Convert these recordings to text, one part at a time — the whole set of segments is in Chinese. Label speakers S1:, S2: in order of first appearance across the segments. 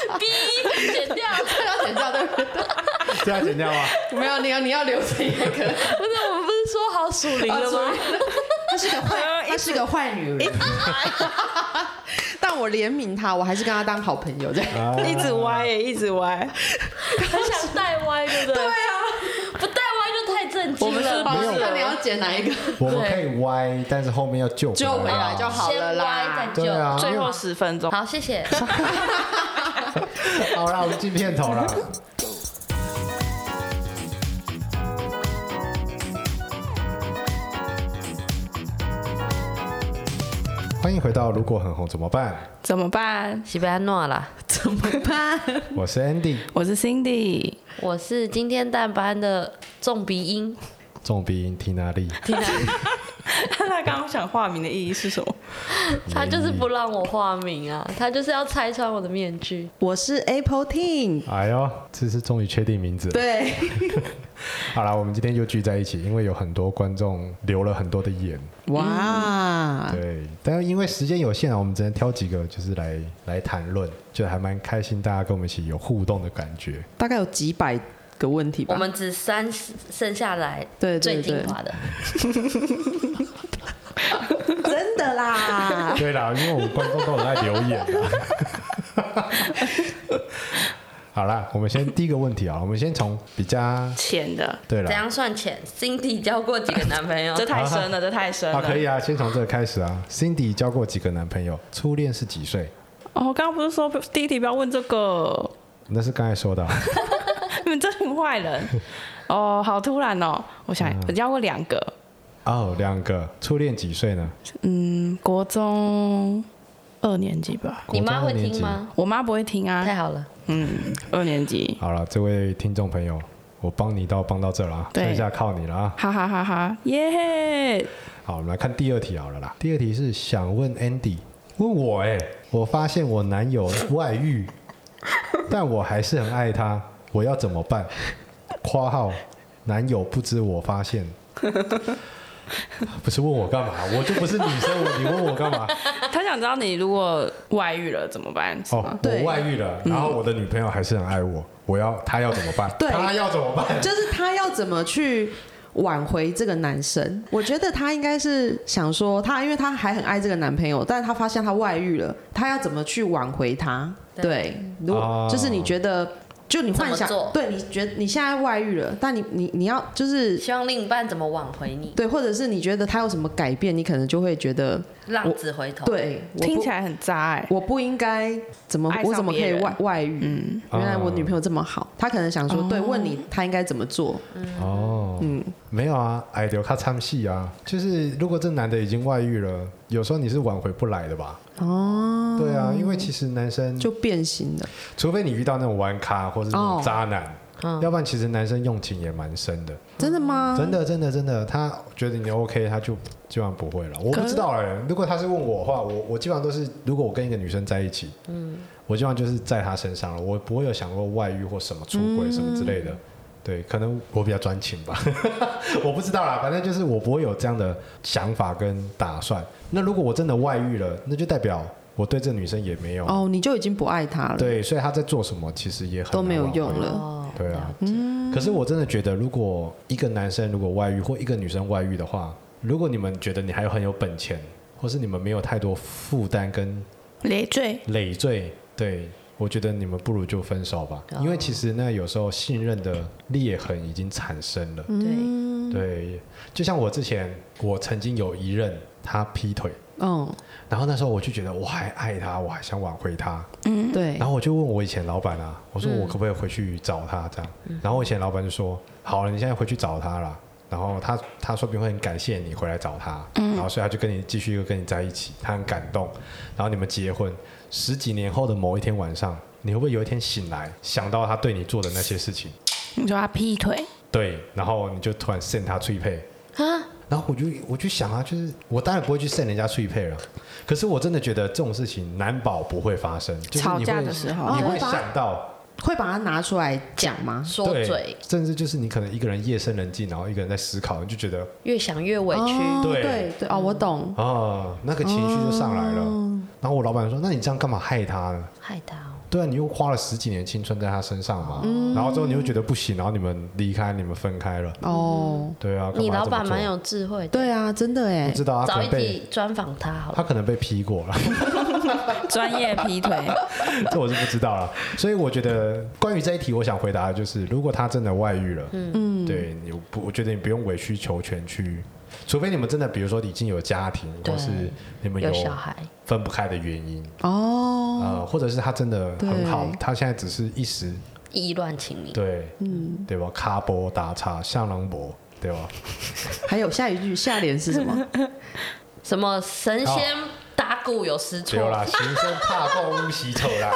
S1: 这要剪掉吗？
S2: 没有，你要你要留着也可以。
S3: 不是我们不是说好属灵了吗？
S2: 她是个坏，她是个坏女人。
S4: 啊
S2: 但我怜悯她，我还是跟她当好朋友这样。
S1: 啊
S5: 一直歪耶，一直歪。
S3: 很想带歪，对不对？对啊，不带歪就太震
S2: 我
S3: 惊
S2: 们是
S3: 了。
S2: 不
S1: 没有
S2: 是那你要剪哪一个？
S1: 我们可以歪，但是后面要救
S2: 救回来就好了
S3: 先歪
S2: 啦。
S3: 再
S1: 对啊
S3: 救，
S5: 最后十分钟，
S3: 好，谢谢。
S1: 好啦，我们进片头啦。欢迎回到《如果很红怎么办》，
S5: 怎么办？
S4: 西班诺啊啦，
S2: 怎么办？
S1: 我是 Andy，
S5: 我是 Cindy，
S4: 我是今天淡班的重鼻音，
S1: 重鼻音听哪里？
S4: 听到
S5: 他刚刚想化名的意义是什么？
S4: 他就是不让我化名啊，他就是要拆穿我的面具。
S2: 我是 Apple Teen。
S1: 哎呦，这次终于确定名字了。
S2: 对，
S1: 好啦，我们今天又聚在一起，因为有很多观众留了很多的言，
S2: 哇，
S4: 啊
S1: 对，但因为时间有限啊，我们只能挑几个就是来来谈论，就还蛮开心，大家跟我们一起有互动的感觉。
S2: 大概有几百个问题吧。
S4: 我们只三十剩下来
S2: 对对
S4: 最
S2: 对
S4: 精华的，
S2: 真的啦，
S1: 对啦，因为我们观众都很爱留言啊。 好啦，我们先第一个问题啊，我们先从比较
S5: 浅的，
S1: 对
S4: 怎
S1: 啦，
S4: 样算钱？Cindy 交过几个男朋 友？
S5: 这太深了，这太深
S1: 啊
S5: 了。
S1: 可以啊，先从这个开始啊。Cindy 交过几个男朋友？初恋是几岁？
S5: 哦，刚刚不是说第一题不要问这个，
S1: 那是刚才说的 啊、
S5: 你们这群坏人。哦，好突然哦，我想我交过两个，
S1: 哦，两个初恋几岁呢？
S5: 嗯，国中二年级吧。
S4: 你妈
S1: 国
S4: 会
S1: 中二年级
S4: 听？吗？
S5: 我妈不会听
S4: 太
S5: 啊，
S4: 好了，
S5: 嗯，二年级，
S1: 好了，这位听众朋友，我帮你到帮到这了啊，
S5: 对
S1: 剩下靠你了啊。
S5: 哈哈哈哈，耶！
S1: 好，我们来看第二题好了啦。第二题是想问 Andy，问我哎、我发现我男友外 遇，但我还是很爱他，我要怎么办？（ 括号男友不知我发现。）不是问我干嘛？我就不是女生，我你问我 干嘛？
S5: 他想知道你如果外遇了怎么办？是
S1: 哦
S5: 吗？，
S1: 我
S2: 对嗯
S1: 外遇了，然后我的女朋友还是很爱我，我要她要怎么办？
S2: 对
S1: 她要怎么 办？
S2: 就是他要怎么去挽回这个男生？我觉得他应该是想说，他因为他还很爱这个男朋友，但是他发现他外遇了，他要怎么去挽回他？
S4: 对
S2: 对，如果、
S1: 哦
S2: 就是你觉得。就你幻想
S4: 怎么做，
S2: 对，你觉得你现在外遇了，但你你你要就是
S4: 希望另一半怎么挽回你，
S2: 对，或者是你觉得他有什么改变，你可能就会觉得，
S4: 浪子回头。，
S2: 对，我不
S5: 听起来很渣哎、
S2: 我不应该怎么
S5: 爱上
S2: 我怎么可
S5: 别
S2: 以
S5: 人
S2: 外外遇？
S5: 嗯，哦
S2: 原来我女朋友这么好，她可能想说，对，问你她应该怎么做？
S1: 哦，嗯，没有啊，哎，留他参戏啊，就是如果这男的已经外遇了，有时候你是挽回不来的吧？哦，对啊，因为其实男
S5: 嗯
S1: 生，
S2: 就变形了。
S1: 除非你遇到那种玩咖或是那种
S2: 哦
S1: 渣男。要不然，其实男生用情也蛮深的，
S2: 真的吗？
S1: 真的，真的，真的，他觉得你 OK，他就基本上不会了。我不知道哎、如果他是问我的话，我我基本上都是，如果我跟一个女生在一起，嗯，我基本上就是在她身上了，我不会有想过外遇或什么出轨什么之类的。
S2: 嗯
S1: 对，可能我比较专情吧， 我不知道啦，反正就是我不会有这样的想法跟打算。那如果我真的外遇了，那就代表我对这女生也没有、
S2: 哦，你就已经不爱他了，
S1: 对，所以她在做什么其实也很
S2: 都没有
S1: 难挽回
S2: 用了。
S4: 哦，
S1: 对啊
S4: 了解，
S1: 可是我真的觉得，如果一个男生如果外遇或一个女生外遇的话，如果你们觉得你还有很有本钱，或是你们没有太多负担跟
S5: 累赘。
S1: 累赘，对我觉得你们不如就分手吧，因为其实那有时候信任的裂痕已经产生了。
S2: 嗯
S4: 对，
S1: 对，就像我之前，我曾经有一任他劈腿，
S2: 嗯，
S1: 然后那时候我就觉得我还爱他，我还想挽回他，
S2: 对
S1: 然，后我就问我以前老板啊，我说我可不可以回去找他这样？然后我以前老板就说，好了，你现在回去找他啦。然后他他说不定会很感谢你回来找他，然后所以他就跟你继续又跟你在一起，他很感动。然后你们结婚十几年后的某一天晚上，你会不会有一天醒来想到他对你做的那些事情？
S5: 你说他劈腿，
S1: 对，然后你就突然扇他脆配
S4: 啊。
S1: 然后我就我就想啊，就是我当然不会去扇人家脆配了，可是我真的觉得这种事情难保不会发生。就是、
S5: 吵架的时候
S1: 你
S2: 哦
S1: 会
S2: 会发
S1: 想到
S2: 会把它拿出来讲
S4: 啊
S2: 吗？
S4: 说
S1: 对，
S4: 嘴，
S1: 甚至就是你可能一个人夜深人静，然后一个人在思考，你就觉得
S4: 越想越委屈。
S2: 哦
S1: 对
S2: 对对，哦，我懂。
S4: 哦
S1: 啊、那个情绪就上来了。然后我老板说：“那你这样干嘛害他呢
S4: 害他哦，？”
S1: 对啊，你又花了十几年青春在他身上嘛，
S4: 嗯
S1: 然后之后你又觉得不行，然后你们离开，你们分开了，
S2: 哦，
S1: 对啊，干嘛
S4: 你
S1: 这么
S4: 老板
S1: 做
S4: 蛮有智慧的，
S2: 对啊，真的哎
S1: 不，知道他可
S4: 找一
S1: 能被
S4: 集专访他好了。
S1: 他可能被批过了，
S5: 专业劈 腿，
S1: 这我是不知道了。所以我觉得关于这一题，我想回答的就是，如果他真的外遇了，嗯，对你不，我觉得你不用委曲求全去，除非你们真的比如说已经有家庭，
S4: 对
S1: 或是你们
S4: 有小孩，
S1: 分不开的原因，
S2: 哦，
S1: 呃，或者是他真的
S2: 对
S1: 很好，他现在只是一时
S4: 意乱情迷，
S1: 对，嗯，对吧？卡波打叉向狼博，对吧？
S2: 还有下一句下联是什么？
S4: 什么神仙打鼓有失
S1: 对
S4: 错，
S1: 啦，行生怕共洗丑啦，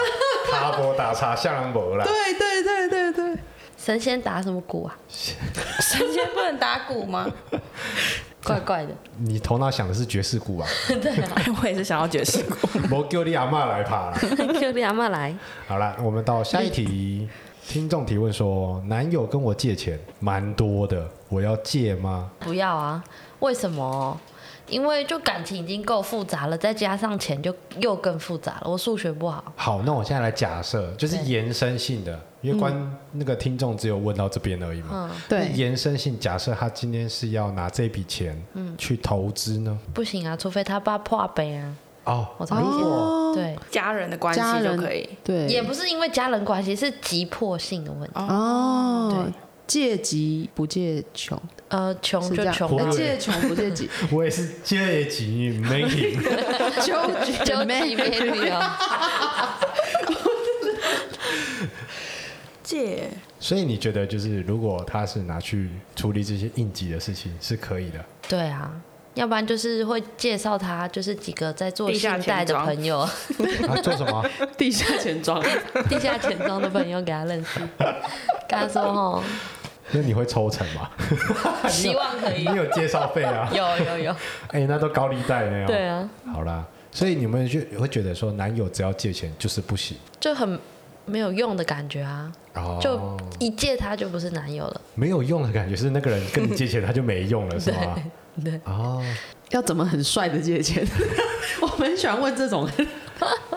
S1: 卡波打叉向狼博啦，
S2: 对对对对对，
S4: 神仙打什么鼓啊？
S5: 神仙不能打鼓吗？
S4: 怪怪的，
S1: 你头脑想的是爵士鼓吧？
S5: 我也是想要解释过，
S1: 我叫你阿妈来爬啦。
S4: 就你阿妈来，
S1: 好了，我们到下一题。
S4: 嗯
S1: 听众提问说，男友跟我借钱蛮多的，我要借吗？
S4: 不要啊？为什么？因为就感情已经够复杂了，再加上钱就又更复杂了。我数学不好，
S1: 好，那我现在来假设，就是
S4: 对
S1: 延伸性的，因为关那个听众只有问到这边而已嘛。
S4: 嗯，
S1: 那
S2: 对
S1: 延伸性假设他今天是要拿这笔钱
S4: 嗯
S1: 去投资呢？
S4: 不行啊，除非他爸破杯啊，
S1: 哦，
S4: 我才
S1: 如
S4: 会借。
S1: 果
S2: 哦
S4: 对，
S5: 家人的关
S2: 家
S5: 系就
S2: 人
S5: 可以。
S2: 对
S4: 也不是因为家人关系，是急迫性的问题。
S2: 哦，借急不借穷，
S4: 呃，穷
S2: 是这
S4: 就
S2: 样，
S4: 穷
S1: 不
S4: 吧
S2: 呃
S1: 会，
S2: 借穷不借急，
S1: 我也是借几没 赢，
S2: 求局
S4: 就急没必要。
S5: 借
S1: 所以你觉得就是如果他是拿去处理这些应急的事情是可以的，
S4: 对啊，要不然就是会介绍他，就是几个在做
S5: 地
S4: 信
S5: 下
S4: 贷的
S5: 钱庄
S4: 朋友，
S1: 啊，做什么？
S2: 地下钱庄，
S4: 地下钱庄的朋友给他认识，跟他说哦，
S1: 那你会抽成吗？
S4: 希望可以
S1: 你，有介绍费啊？
S4: 有有有，
S1: 哎、那都高利贷呢、哦。
S4: 对，啊，
S1: 好啦，所以你们就会觉得说，男友只要借钱就是不行，
S4: 就很没有用的感觉啊，
S1: 哦
S4: 就一借他就不是男友了，
S1: 没有用的感觉，是那个人跟你借钱他就没用了，是吗？对，哦，
S2: 要怎么很帅的借钱？ 我们很喜欢问这种，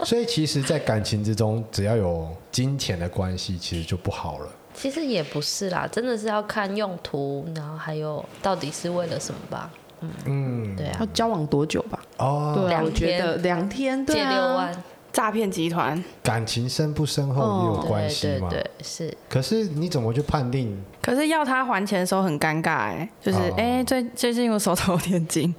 S1: 所以其实，在感情之中，只要有金钱的关系，其实就不好了。
S4: 其实也不是啦，真的是要看用途，然后还有到底是为了什么吧，
S1: 嗯，
S4: 对啊
S2: 要，交往多久吧？
S1: 哦，
S2: 对啊，
S4: 两
S2: 我觉得两天，对
S4: 借
S2: 啊，
S4: 六万，
S5: 诈骗集团
S1: 感情深不深厚也有关系
S4: 对对
S1: 嘛。
S4: 哦对，是
S1: 可是你怎么去判定？
S5: 可是要他还钱的时候很尴尬哎、就是
S1: 哦
S5: 哎、最最近我手头有点紧，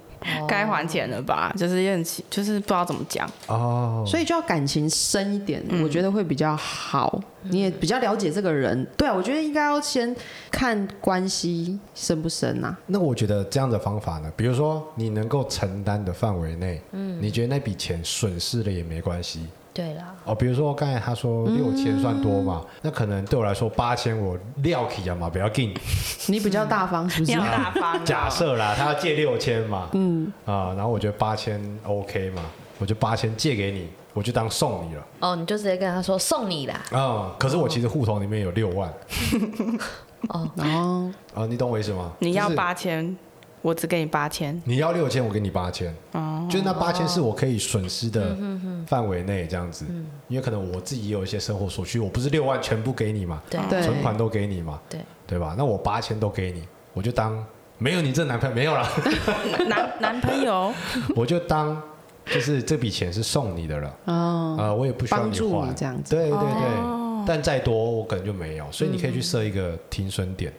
S5: 该还钱了吧？就是也很奇，就是不知道怎么讲。
S1: 哦，
S2: 所以就要感情深一点，我觉得会比较好，你也比较了解这个人。对啊，我觉得应该要先看关系深不深啊。
S1: 那我觉得这样的方法呢，比如说你能够承担的范围内，嗯，你觉得那笔钱损失了也没关系
S4: 对啦，
S1: 哦。比如说刚才他说六千算多嘛，那可能对我来说八千我料起啊嘛，不要紧。
S2: 你比较大方是不
S5: 你
S2: 是
S5: 要？大方、
S1: 假，设啦，他要借六千嘛，嗯啊、然后我觉得八千 OK 嘛，我就八千借给你，我就当送你了
S4: 哦，你就直接跟他说送你啦，
S1: 啊、可是我其实户头里面有六万
S2: 哦，
S1: 啊、你懂我意思吗？
S5: 你要
S1: 就是
S5: 八千，我只给你八千。
S1: 你要六千，我给你八千，
S5: 哦
S1: 就是那八千是我可以损失的
S5: 嗯
S1: 范围内这样子，因为可能我自己也有一些生活所需，我不是六万全部给你嘛，
S4: 对
S2: 对
S1: 存款都给你嘛，
S4: 对
S1: 对吧？那我八千都给你，我就当没有你这男朋友没有啦，
S5: 男男朋友，
S1: 我就当就是这笔钱是送你的了，
S2: 哦，
S1: 啊，我也不需要
S2: 帮助
S1: 还
S2: 你这样子
S1: 对对对，但再多我可能就没有，所以你可以去设一个停损点，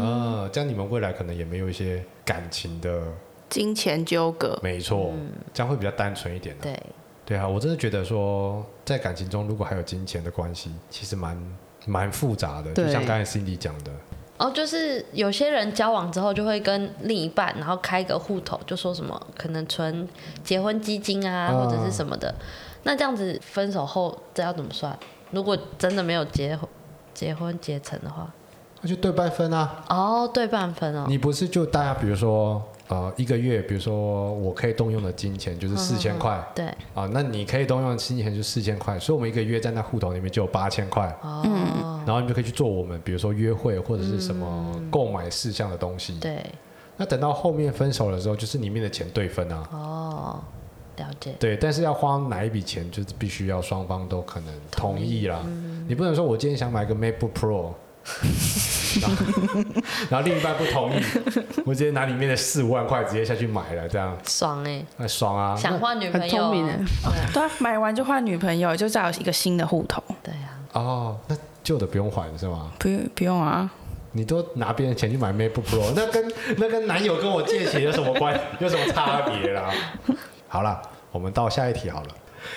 S1: 啊，这样你们未来可能也没有一些感情的，
S5: 金钱纠葛，
S1: 没错，这样会比较单纯一点的。
S4: 对，
S1: 对啊，我真的觉得说，在感情中如果还有金钱的关系，其实蛮蛮复杂的。
S2: 对
S1: 就像刚才 Cindy 讲的，
S4: 哦，就是有些人交往之后就会跟另一半，然后开个户头，就说什么可能存结婚基金啊，
S1: 啊
S4: 或者是什么的。那这样子分手后这要怎么算？如果真的没有结婚结婚结成的话，
S1: 那就对半分啊。
S4: 哦，对半分哦，
S1: 你不是就大家比如说呃一个月，比如说我可以动用的金钱
S4: 嗯
S1: 就是四千块
S4: 对，
S1: 啊，那你可以动用的金钱就四千块，所以我们一个月在那户头里面就有八千块，
S4: 哦，嗯
S1: 然后你就可以去做我们比如说约会或者是什么购买事项的东西。
S4: 对，
S1: 那等到后面分手的时候，就是里面的钱对分啊。
S4: 哦，了解。
S1: 对，但是要花哪一笔钱，就是必须要双方都可能同意啦。你不能说我今天想买个 MacBook Pro，然后然后另一半不同意，我直接拿里面的四五万块直接下去买了，这样
S4: 爽哎、
S1: 那爽啊！
S4: 想换女
S2: 很
S4: 朋友、
S2: 聪明的
S4: 啊，，
S5: 对啊，买完就换女朋友，就再有一个新的户头，
S4: 对啊，
S1: 那哦，那旧的不用还是吗？
S5: 不用不用啊，
S1: 你都拿别人钱去买 MacBook Pro，那跟那跟男友跟我借钱有什么 关？有什么差别啦？好了，我们到下一题好了。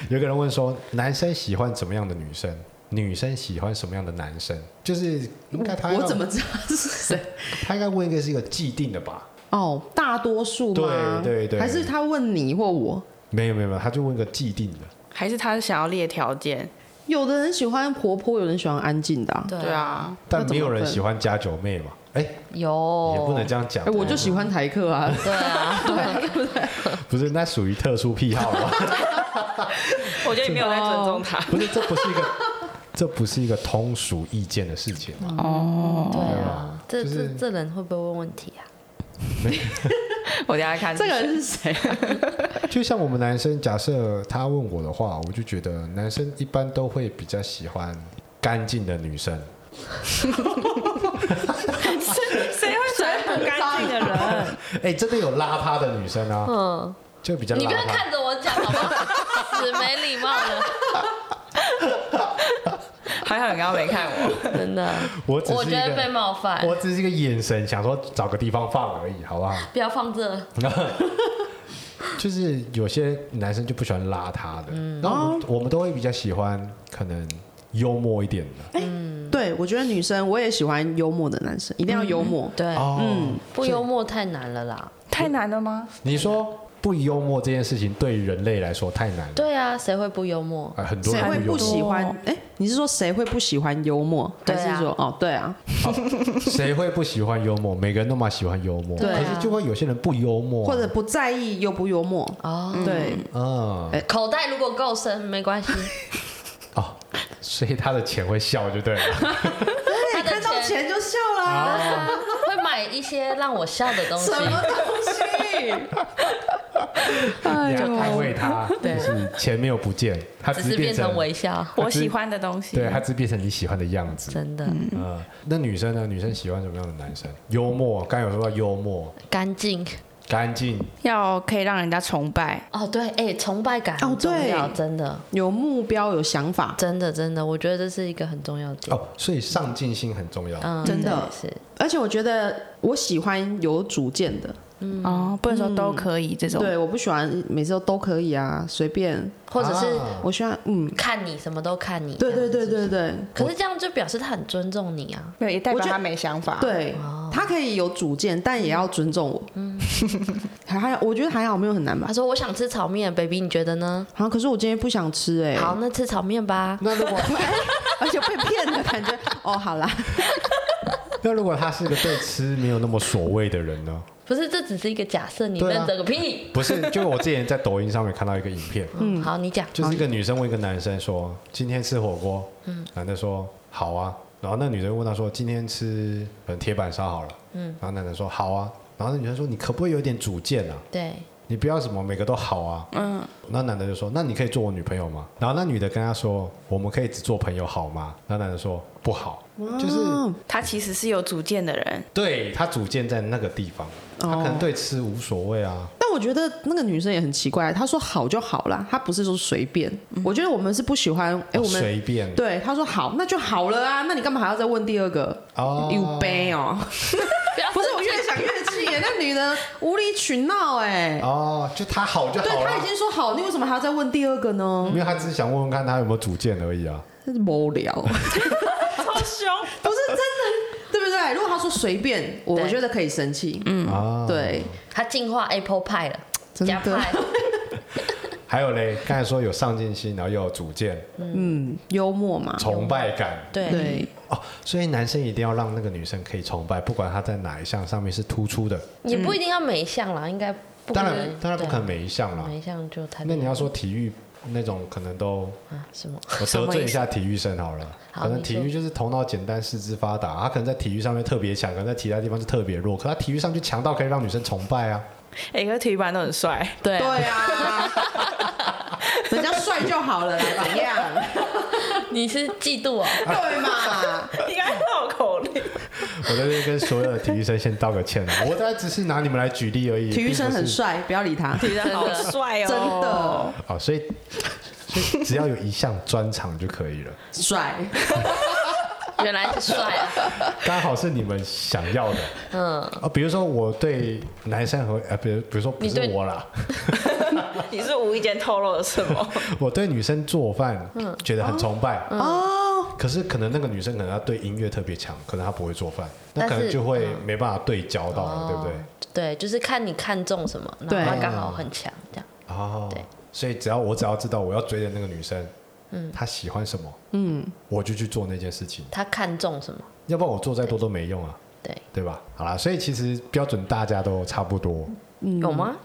S1: 有个人问说，男生喜欢怎么样的女生？女生喜欢什么样的男生？就是应该他要
S2: 我怎么知道是谁？
S1: 他应该问一个是一个既定的吧？
S2: 哦，大多数吗？
S1: 对对对
S2: 还是他问你或我？
S1: 没有没有没有，他就问一个既定的。
S5: 还是他是想要列条件？
S2: 有的人喜欢活泼，有人喜欢安静的、啊。
S4: 对
S5: 对，啊，
S1: 但没有人喜欢加九妹嘛？哎、
S4: 有
S1: 也不能这样讲
S2: 哎、，我就喜欢台客啊，
S4: 对啊，
S1: 哎不是那属于特殊癖好吧？
S5: 我觉得你没有在尊重他。
S1: 不是，这不是一个，这不是一个通俗意见的事情嘛？
S4: 对
S1: 啊
S4: 啊，这
S1: 就是
S4: 这这人会不会问问题啊？
S5: 我等一下看
S2: 这个人是谁、啊？
S1: 就像我们男生，假设他问我的话，我就觉得男生一般都会比较喜欢干净的女生。
S5: 谁会喜欢很干净的人？
S1: 哎、真的有邋遢的女生啊，
S4: 嗯，
S1: 就比较
S4: 你
S1: 邋
S4: 不要
S1: 遢。
S4: 看着我讲好不 好？死没礼貌了，
S5: 还好你刚刚没看我。
S4: 真的，
S1: 我只
S4: 我
S1: 是一
S4: 觉得被
S1: 个，
S4: 冒犯，
S1: 我只是一个眼神，想说找个地方放而已，好 不好？
S4: 不要放这，
S1: 就是有些男生就不喜欢邋遢的，
S4: 嗯
S1: 然后我们,、我们都会比较喜欢可能幽默一点的。
S2: 对，我觉得女生我也喜欢幽默的男生，一定要幽默。
S4: 对，
S1: 哦，
S4: 不幽默太难了啦。
S5: 太难了吗？
S1: 你说不幽默这件事情对人类来说太难了，
S4: 对啊，谁会不幽默？
S1: 哎很多
S2: 谁
S1: 人
S2: 会
S1: 幽
S2: 不
S1: 默，
S2: 喜欢？哎、你是说谁会不喜欢幽默？
S4: 哦对啊
S2: 还是说哦，对啊，
S1: 谁会不喜欢幽默？每个人都蛮喜欢幽默，
S4: 对啊
S1: 可是就会有些人不幽默啊，
S2: 或者不在意又不幽默？
S4: 哦，
S2: 对，
S1: 嗯
S2: 哎
S4: 口袋如果够深没关 系，
S1: 哦，所以他的钱会笑就对了。
S2: 哎、
S4: 他的
S2: 看到
S4: 钱
S2: 钱就笑啦、
S4: 哦会买一些让我笑的东西
S2: 什。么 东
S5: 哎
S1: 你要安慰他，
S4: 哎 对
S1: 就是钱没有不见，他
S4: 只
S1: 只
S4: 是
S1: 是
S4: 变
S1: 变
S4: 成
S1: 成
S4: 微笑，
S5: 我喜欢的东西。
S1: 对，他只是变成你喜欢的样子。
S4: 真的
S1: 嗯，那女生呢？女生喜欢什么样的男生？幽默，刚才有说到幽默，
S4: 干净
S1: 干净，
S5: 要可以让人家崇拜。
S4: 哦，对，哎，崇拜感
S2: 哦
S4: 很重要，
S2: 对
S4: 真的，
S2: 西？有目标，有想法，
S4: 真的，真的，我觉得这是一个很重要的点。
S1: 哦，所以上进心很重要。
S4: 嗯，
S2: 真的
S4: 对是，
S2: 而且我觉得我喜欢有主见的，
S5: 哦，不能说都可以这种。
S2: 对，我不喜欢每次都都可以啊，随便。
S4: 或者是
S1: 啊
S2: 我喜欢，嗯，
S4: 看你什么都看你，
S2: 对对对
S4: 这样子。
S2: 对对
S4: 可是这样就表示他很尊重你啊，
S5: 对，也代
S2: 我觉得
S5: 没想法。
S2: 对，
S4: 哦
S2: 他可以有主见，但也要尊重我。
S4: 嗯
S2: 还还我觉得还好，没有很难吧
S4: 他？说我想吃炒面，baby，你觉得呢？
S2: 好，可是我今天不想吃哎、
S4: 好，那吃炒面吧。
S1: 那 如果
S2: 而且被骗的感觉。哦，好啦，
S1: 那如果他是个对吃没有那么所谓的人呢？
S4: 不是，这只是一个假设，你
S1: 对啊
S4: 认得个屁。
S1: 不是，就我之前在抖音上面看到一个影片，
S4: 嗯，好，你讲。
S1: 就是一个女生问一个男生说：“今天吃火锅？”嗯，男的说：“好啊。”然后那女生问他说：“今天吃可能铁板烧好了。”嗯，然后男的说：“好啊。”然后那女生说：“你可不可以有点主见啊？
S4: 对，
S1: 你不要什么每个都好啊。”嗯，那男的就说：“那你可以做我女朋友吗？”然后那女的跟他说：“我们可以只做朋友好吗？”那男的说：“不好。”就是
S5: 他其实是有主见的人，
S1: 对他主见在那个地
S2: 哦
S1: 方，他可能对吃无所谓啊。
S2: 但我觉得那个女生也很奇怪，她说好就好啦，她不是说随便。我觉得我们是不喜欢，哎、我们
S1: 嗯哦随便
S2: 对她说好，那就好了啊，那你干嘛还要再问第二 个？
S1: 哦
S2: 有悲哦，
S4: 不要
S2: 不是我越想越气耶，那女的无理取闹哎、
S1: 哦，就他好就
S2: 对
S1: 好
S2: 她
S1: 了
S2: 已。经说好，你为什么还要再问第二个呢
S1: 因？为他只是想问问看他有没有主见而已啊。
S2: 真是无聊，不
S5: 超 凶。
S2: 是真的，对不对？如果她说随便，我
S4: 对
S2: 我觉得可以生气，
S4: 嗯
S1: 啊，。
S2: 对，
S4: 他进化 Apple Pie 了，
S2: 真
S4: 加
S2: 的
S4: 派。
S1: 还有嘞，刚才说有上进心，然后又有主见、
S2: 嗯幽默嘛，
S1: 崇拜感
S4: 嗯对，
S2: 对，
S1: 哦，所以男生一定要让那个女生可以崇拜，不管她在哪一项上面是突出的。
S4: 也不一定要每一项啦，应该不
S1: 当
S4: 可
S1: 然
S4: 能，
S1: 当然不
S4: 对
S1: 可能每一项啦
S4: 每。一项就太
S1: 那你要说体育那种，可能都
S4: 啊什么？
S1: 我得罪一下体育生好了。
S4: 好
S1: 可能
S4: 你
S1: 体
S4: 说
S1: 育就是头脑简单、四肢发达，他啊可能在体育上面特别强，可能在其他地方是特别弱，可他体育上就强到可以让女生崇拜啊。嗯
S5: 哎，个体育班都很帅。
S4: 对啊
S2: 对啊， 好了啦，怎样？
S4: 你是嫉妒哦？
S2: 对嘛？
S5: 你刚才绕口令，
S1: 我在这边跟所有的体育生先道个歉了，啊我大概只是拿你们来举例而已。
S2: 体育生
S1: 并
S2: 很
S1: 不是
S2: 帅，不要理他。
S5: 觉得好帅哦，
S2: 真的
S1: 啊，所以 所以只要有一项专长就可以了，
S2: 帅，
S4: 原来是帅啊！
S1: 刚好是你们想要的
S4: 嗯，
S1: 啊。比如说我对男生和呃，比如比如说不
S4: 你
S1: 是
S4: 对
S1: 我啦，
S5: 你是无意间透露了什么？
S1: 我对女生做饭
S4: 嗯
S1: 觉得很崇拜
S2: 哦，
S1: 可是可能那个女生可能她对音乐特别强，可能她不会做饭，那
S4: 但
S1: 可能
S4: 是嗯
S1: 就会没办法对焦到了，哦对不对？
S4: 哦对，就是看你看中什么，
S2: 对
S4: 然后他刚好很强，这样
S1: 哦
S4: 对，
S1: 所以只要我只要知道我要追的那个女生，嗯，她喜欢什么，嗯，我就去做那件事情，
S4: 他看中什么？
S1: 要不然我做再多都没用啊，
S4: 对，
S1: 对吧？好啦，所以其实标准大家都差不多，
S4: 有吗？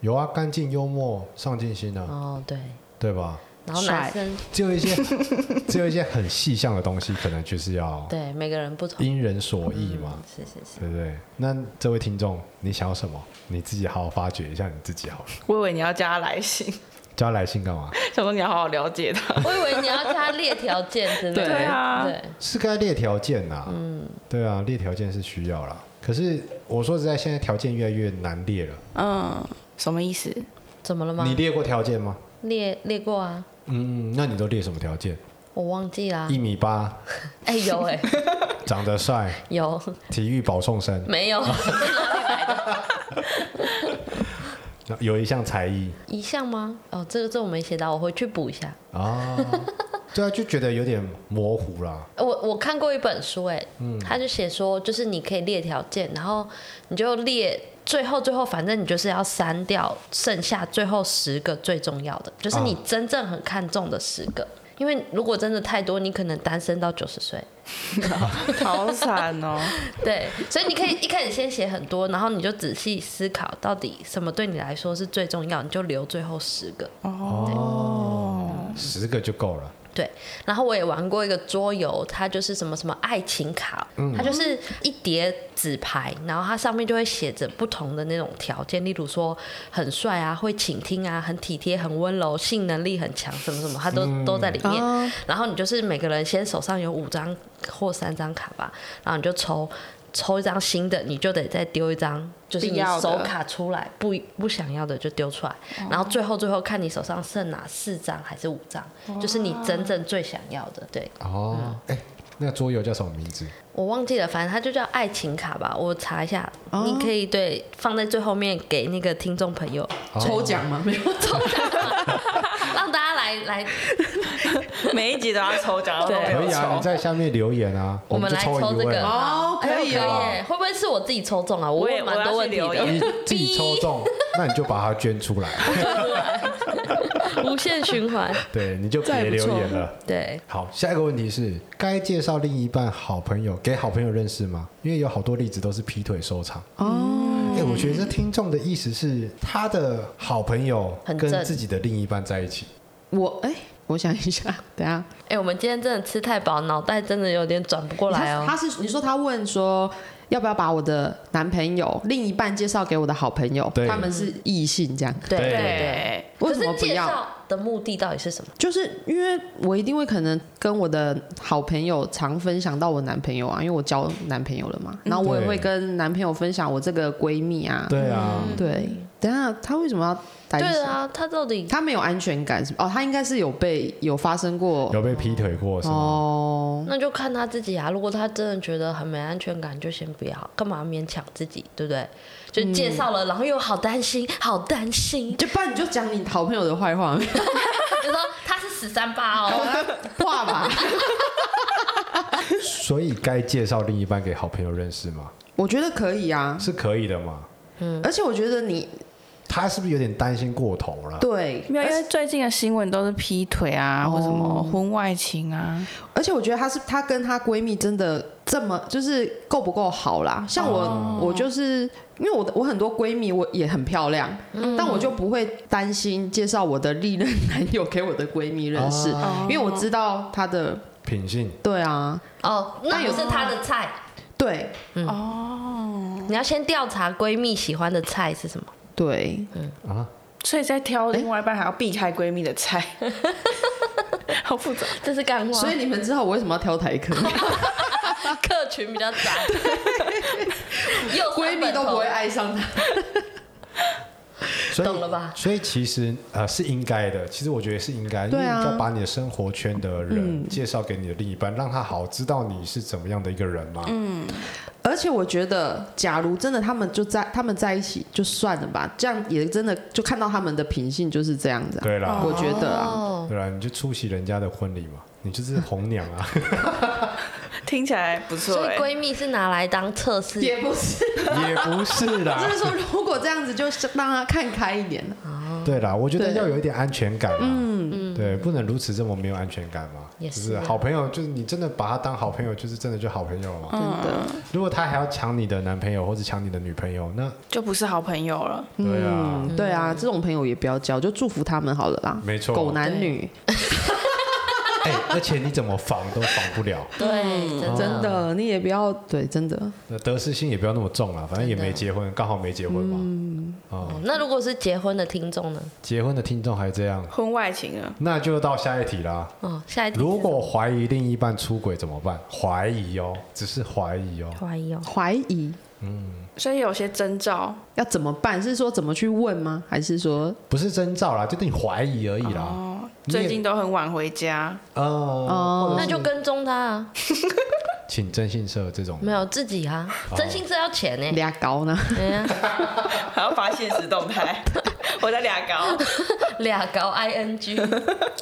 S1: 有啊，干净、幽默、上进心啊，
S4: 哦，对。
S1: 对吧？
S4: 然后
S2: 帅
S4: 男生
S1: 只有 一些只有一些很细项的东西，可能就是要
S4: 对嗯每个人不同，
S1: 因人所异嘛，
S4: 是是是，
S1: 对不对？那这位听众，你想要什么？你自己好好发掘一下你自己好了。
S5: 我以为你要加他来信，
S1: 叫他来信干嘛？
S5: 想说你要好好了解他。
S4: 我以为你要叫他列条件之类的，
S5: 对啊
S4: 对，
S1: 是该列条件呐、嗯，对啊，列条件是需要啦。可是我说实在，现在条件越来越难列了。
S5: 嗯，什么意思？
S4: 怎么了吗
S1: 你？列过条件吗？
S4: 列列过啊，
S1: 嗯，那你都列什么条件？
S4: 我忘记啦
S1: 一。米八，
S4: 哎，有哎，
S1: 长得帅，
S4: 有
S1: 体育保送生，
S4: 没有？
S1: 那有一项才艺
S4: 一项吗？哦，这个这我没写到，我回去补一下。
S1: 啊。对啊，就觉得有点模糊啦。
S4: 我我看过一本书，哎，他就写说，就是你可以列条件，然后你就列。最后，最后，反正你就是要删掉剩下最后十个最重要的，就是你
S1: 啊
S4: 真正很看重的十个。因为如果真的太多，你可能单身到九十岁。
S5: 好惨哦！
S4: 对，所以你可以一开始先写很多，然后你就仔细思考到底什么对你来说是最重要，你就留最后十个。
S1: 十个就够了。
S4: 对，然后我也玩过一个桌游，它就是什么什么爱情卡，它就是一叠纸牌，然后它上面就会写着不同的那种条件，例如说很帅啊，会倾听啊，很体贴，很温柔，性能力很强，什么什么，它都、都在里面。然后你就是每个人先手上有五张或三张卡吧，然后你就抽。抽一张新的，你就得再丢一张，就是
S5: 必
S4: 你
S5: 要的哦
S4: 手卡出来，不不想要的就丢出来，然后最后最后看你手上剩哪四张还是五张，就是你真正最想要的。对
S1: 哦，哎、那个桌游叫什么名字？
S4: 我忘记了，反正它就叫爱情卡吧，我查一下，
S5: 哦
S4: 你可以对放在最后面给那个听众朋 友，
S1: 哦
S2: 抽奖吗？没有抽奖，
S4: 让大家来来，
S5: 每一集都要抽奖，
S4: 对
S1: 可以啊，你在下面留言啊，
S4: 我们
S1: 们就
S4: 来
S1: 抽
S4: 抽
S1: 一
S4: 这
S1: 位
S4: 个。
S2: 哦
S1: 啊。
S4: 哎呦
S2: 可以哦
S4: 耶会不会是我自己抽中啊？我
S5: 我也
S4: 问蛮多
S5: 我
S4: 问
S5: 要去
S4: 题
S5: 留
S4: 的
S5: 言，
S1: 你 自己抽中，那你就把它捐出来，
S4: 无限循环。
S1: 对，你就别
S2: 这也不
S1: 留
S2: 错
S1: 言了。
S4: 对，
S1: 好，下一个问题是，该介绍另一半好朋友给好朋友认识吗？因为有好多例子都是劈腿收场。
S2: 哦，
S4: 嗯
S1: 哎、我觉得这听众的意思是，他的好朋友
S4: 很
S1: 跟
S4: 正
S1: 自己的另一半在一起，
S2: 我哎，我想一下， 等一下。
S4: 哎、我们今天真的吃太饱，脑袋真的有点转不过来哦。
S2: 他是他是你说他问说要不要把我的男朋友另一半介绍给我的好朋友
S1: 对，
S2: 他们是异性这样，
S4: 对对对，
S5: 对，
S4: 嗯
S2: 为
S4: 可
S2: 什么
S4: 是
S2: 不
S4: 介
S2: 要？
S4: 绍的目的到底是什么？
S2: 就是因为我一定会可能跟我的好朋友常分享到我男朋友啊，因为我交男朋友了嘛，
S4: 嗯
S2: 然后我也
S1: 对
S2: 会跟男朋友分享我这个闺蜜啊，
S1: 对啊，
S2: 对，等一下他为什么要担心
S4: 对？啊，他到底
S2: 他没有安全感是吧哦，他应该是有被有发生过
S1: 有被劈腿过是吗？
S2: 哦，
S4: 那就看他自己啊。如果他真的觉得很没安全感，就先不要，干嘛勉强自己，对不对？就介绍了，然后又好担心，好担心。
S2: 就不然你就讲你好朋友的坏话，
S4: 就说他是十三八哦，
S2: 话吧。
S1: 所以该介绍另一半给好朋友认识吗？
S2: 我觉得可以啊，
S1: 是可以的嘛？
S2: 而且我觉得你
S1: 他是不是有点担心过头了？
S2: 对，
S5: 没有，因为最近的新闻都是劈腿
S2: 哦
S5: 啊，或什么婚外情啊，
S2: 而且我觉得她是她跟她闺蜜真的这么就是够不够好啦？像我，
S1: 哦
S2: 我就是因为我的我很多闺蜜我也很漂亮，
S5: 嗯
S2: 但我就不会担心介绍我的历任男友给我的闺蜜认识，
S1: 哦
S5: 哦
S2: 因为我知道她的
S1: 啊品性
S2: 对啊，
S4: 哦，那也是他的菜。
S2: 对
S5: 嗯哦
S4: 你要先调查闺蜜喜欢的菜是什么，
S2: 对，
S1: 啊，
S5: 所以在挑另外一半还要避开闺蜜的菜， 好复杂。
S4: 这是干话，
S2: 所以你们知道我为什么要 挑台科？
S4: 客群比较杂， 又
S2: 闺蜜都不会爱上他。
S1: 所以
S4: 懂了吧
S1: 所以其实呃是应该的，其实我觉得是应该，因为
S2: 对
S1: 你
S2: 啊
S1: 要把你的生活圈的人介绍给你的另一半，让他好知道你是怎么样的一个人嘛。
S2: 而且我觉得，假如真的他们就在他们在一起就算了吧，这样也真的就看到他们的品性就是这样子、啊。
S1: 对啦，
S2: 我觉得啊，
S4: 哦，
S1: 对啦，你就出席人家的婚礼嘛，你就是红娘啊。
S5: 听起来不错
S4: 所以
S5: 哎、
S4: 闺蜜是拿来当测试，
S2: 也不是，
S1: 也不是 啦，
S2: 就是说如果这样子，就是让他看开一点、啊、
S1: 对啦，我觉得
S2: 对
S1: 要有一点安全感嗯，对，不能如此这么没有安全感嘛。
S4: 也
S1: 就是是
S4: 啊
S1: 好朋友，就是你真的把他当好朋友，就是真的就好朋友了嘛。
S2: 真
S4: 嗯
S2: 的。
S1: 如果他还要抢你的男朋友或者抢你的女朋友，那
S5: 就不是好朋友了。
S1: 对啊，
S2: 嗯，对啊，这种朋友也不要交，就祝福他们好了啦。
S1: 没错
S2: 狗男女
S1: 哎，而且你怎么防都防不了，
S4: 对，嗯
S2: 真的，你也不要对，真的
S1: 那得失心也不要那么重啦，反正也没结婚，刚好没结婚嘛。啊、
S4: 哦那如果是结婚的听众呢？
S1: 结婚的听众还这样，
S5: 婚外情了，
S1: 那就到下一题啦。
S4: 哦，下一题是
S1: 如果怀疑另一半出轨怎么办？怀疑哦，只是怀疑哦。
S4: 怀疑哦，
S2: 怀疑
S5: 所以有些征兆
S2: 要怎么办？是说怎么去问吗？还是说
S1: 不是征兆啦，就是你怀疑而已
S2: 啊
S1: 啦。
S5: 哦，
S1: 你也
S5: 最近都很晚回家，
S1: 呃，
S2: 哦
S1: 或者
S4: 那
S1: 是
S4: 就跟踪他啊，
S1: 请征信社这种
S4: 没有自己啊，真心是要钱 呢。
S2: 俩高呢？
S4: 对啊
S5: 还要发现实动态， 我在俩高，
S4: 俩搞 ing，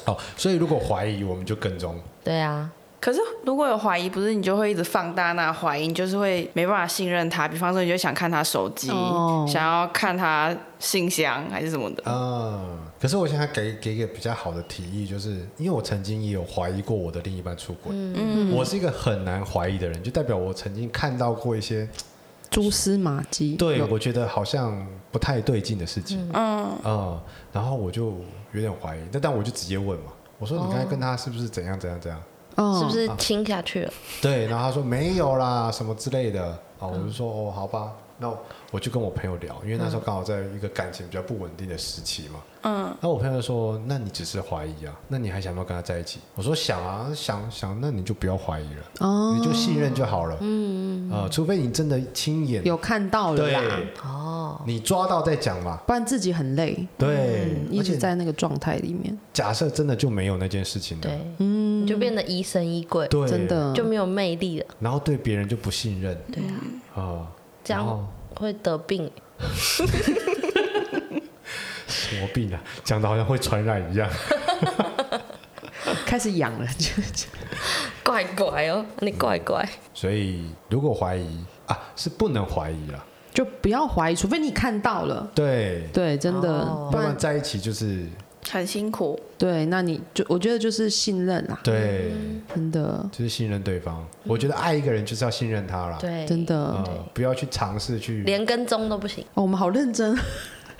S1: 哦，所以如果怀疑，我们就跟踪。
S4: 对啊，
S5: 可是如果有怀疑，不是你就会一直放大那怀疑，你就是会没办法信任他。比方说，你就想看他手机，
S2: 哦
S5: 想要看他信箱还是什么的。
S1: 啊。可是我现在给给一个比较好的提议，就是因为我曾经也有怀疑过我的另一半出轨，嗯，我是一个很难怀疑的人，就代表我曾经看到过一些
S2: 蛛丝马迹。
S1: 对
S2: 有
S1: 我觉得好像不太对劲的事情，
S5: 嗯，
S1: 嗯，然后我就有点怀疑，但但我就直接问嘛，我说你刚才跟他是不是怎样怎样怎样？
S2: 嗯
S4: 是
S1: 哦
S4: 不是亲下去了？
S1: 对，然后他说没有啦，什么之类的啊，我就说哦，好吧，那我就跟我朋友聊，因为那时候刚好在一个感情比较不稳定的时期嘛。嗯，那我朋友说，那你只是怀疑啊，那你还想不要跟他在一起？我说想啊，想想，那你就不要怀疑了，
S2: 哦
S1: 你就信任就好了。嗯啊、除非你真的亲眼
S2: 有看到了
S1: 对
S2: 啦，，
S4: 哦，
S1: 你抓到再讲嘛。
S2: 不然自己很累，
S1: 对，
S2: 嗯一
S1: 而
S2: 直
S1: 且
S2: 在那个状态里面。
S1: 假设真的就没有那件事情的，
S4: 对，嗯，你就变得疑神疑鬼，
S1: 对，
S2: 真，的
S4: 就没有魅力了，
S1: 然后对别人就不信任，对啊，啊，
S4: 这
S1: 然后
S4: 样会得病。
S1: 什么病啊？讲的好像会传染一样。
S2: 开始痒了， 就就
S4: 怪怪哦，你怪怪，
S1: 所以如果怀疑啊，是不能怀疑啊了。
S2: 就不要怀疑，除非你看到了。
S1: 对，
S2: 对，真的，
S4: 哦
S1: 不然在一起就是
S5: 很辛苦。
S2: 对，那你就我觉得就是信任啦，
S1: 对，
S2: 真的，
S1: 就是信任对方。我觉得爱一个人就是要信任他啦。
S4: 对，
S2: 真的，
S1: 嗯，不要去尝试去。
S4: 连跟踪都不行，
S2: 哦，我们好认真，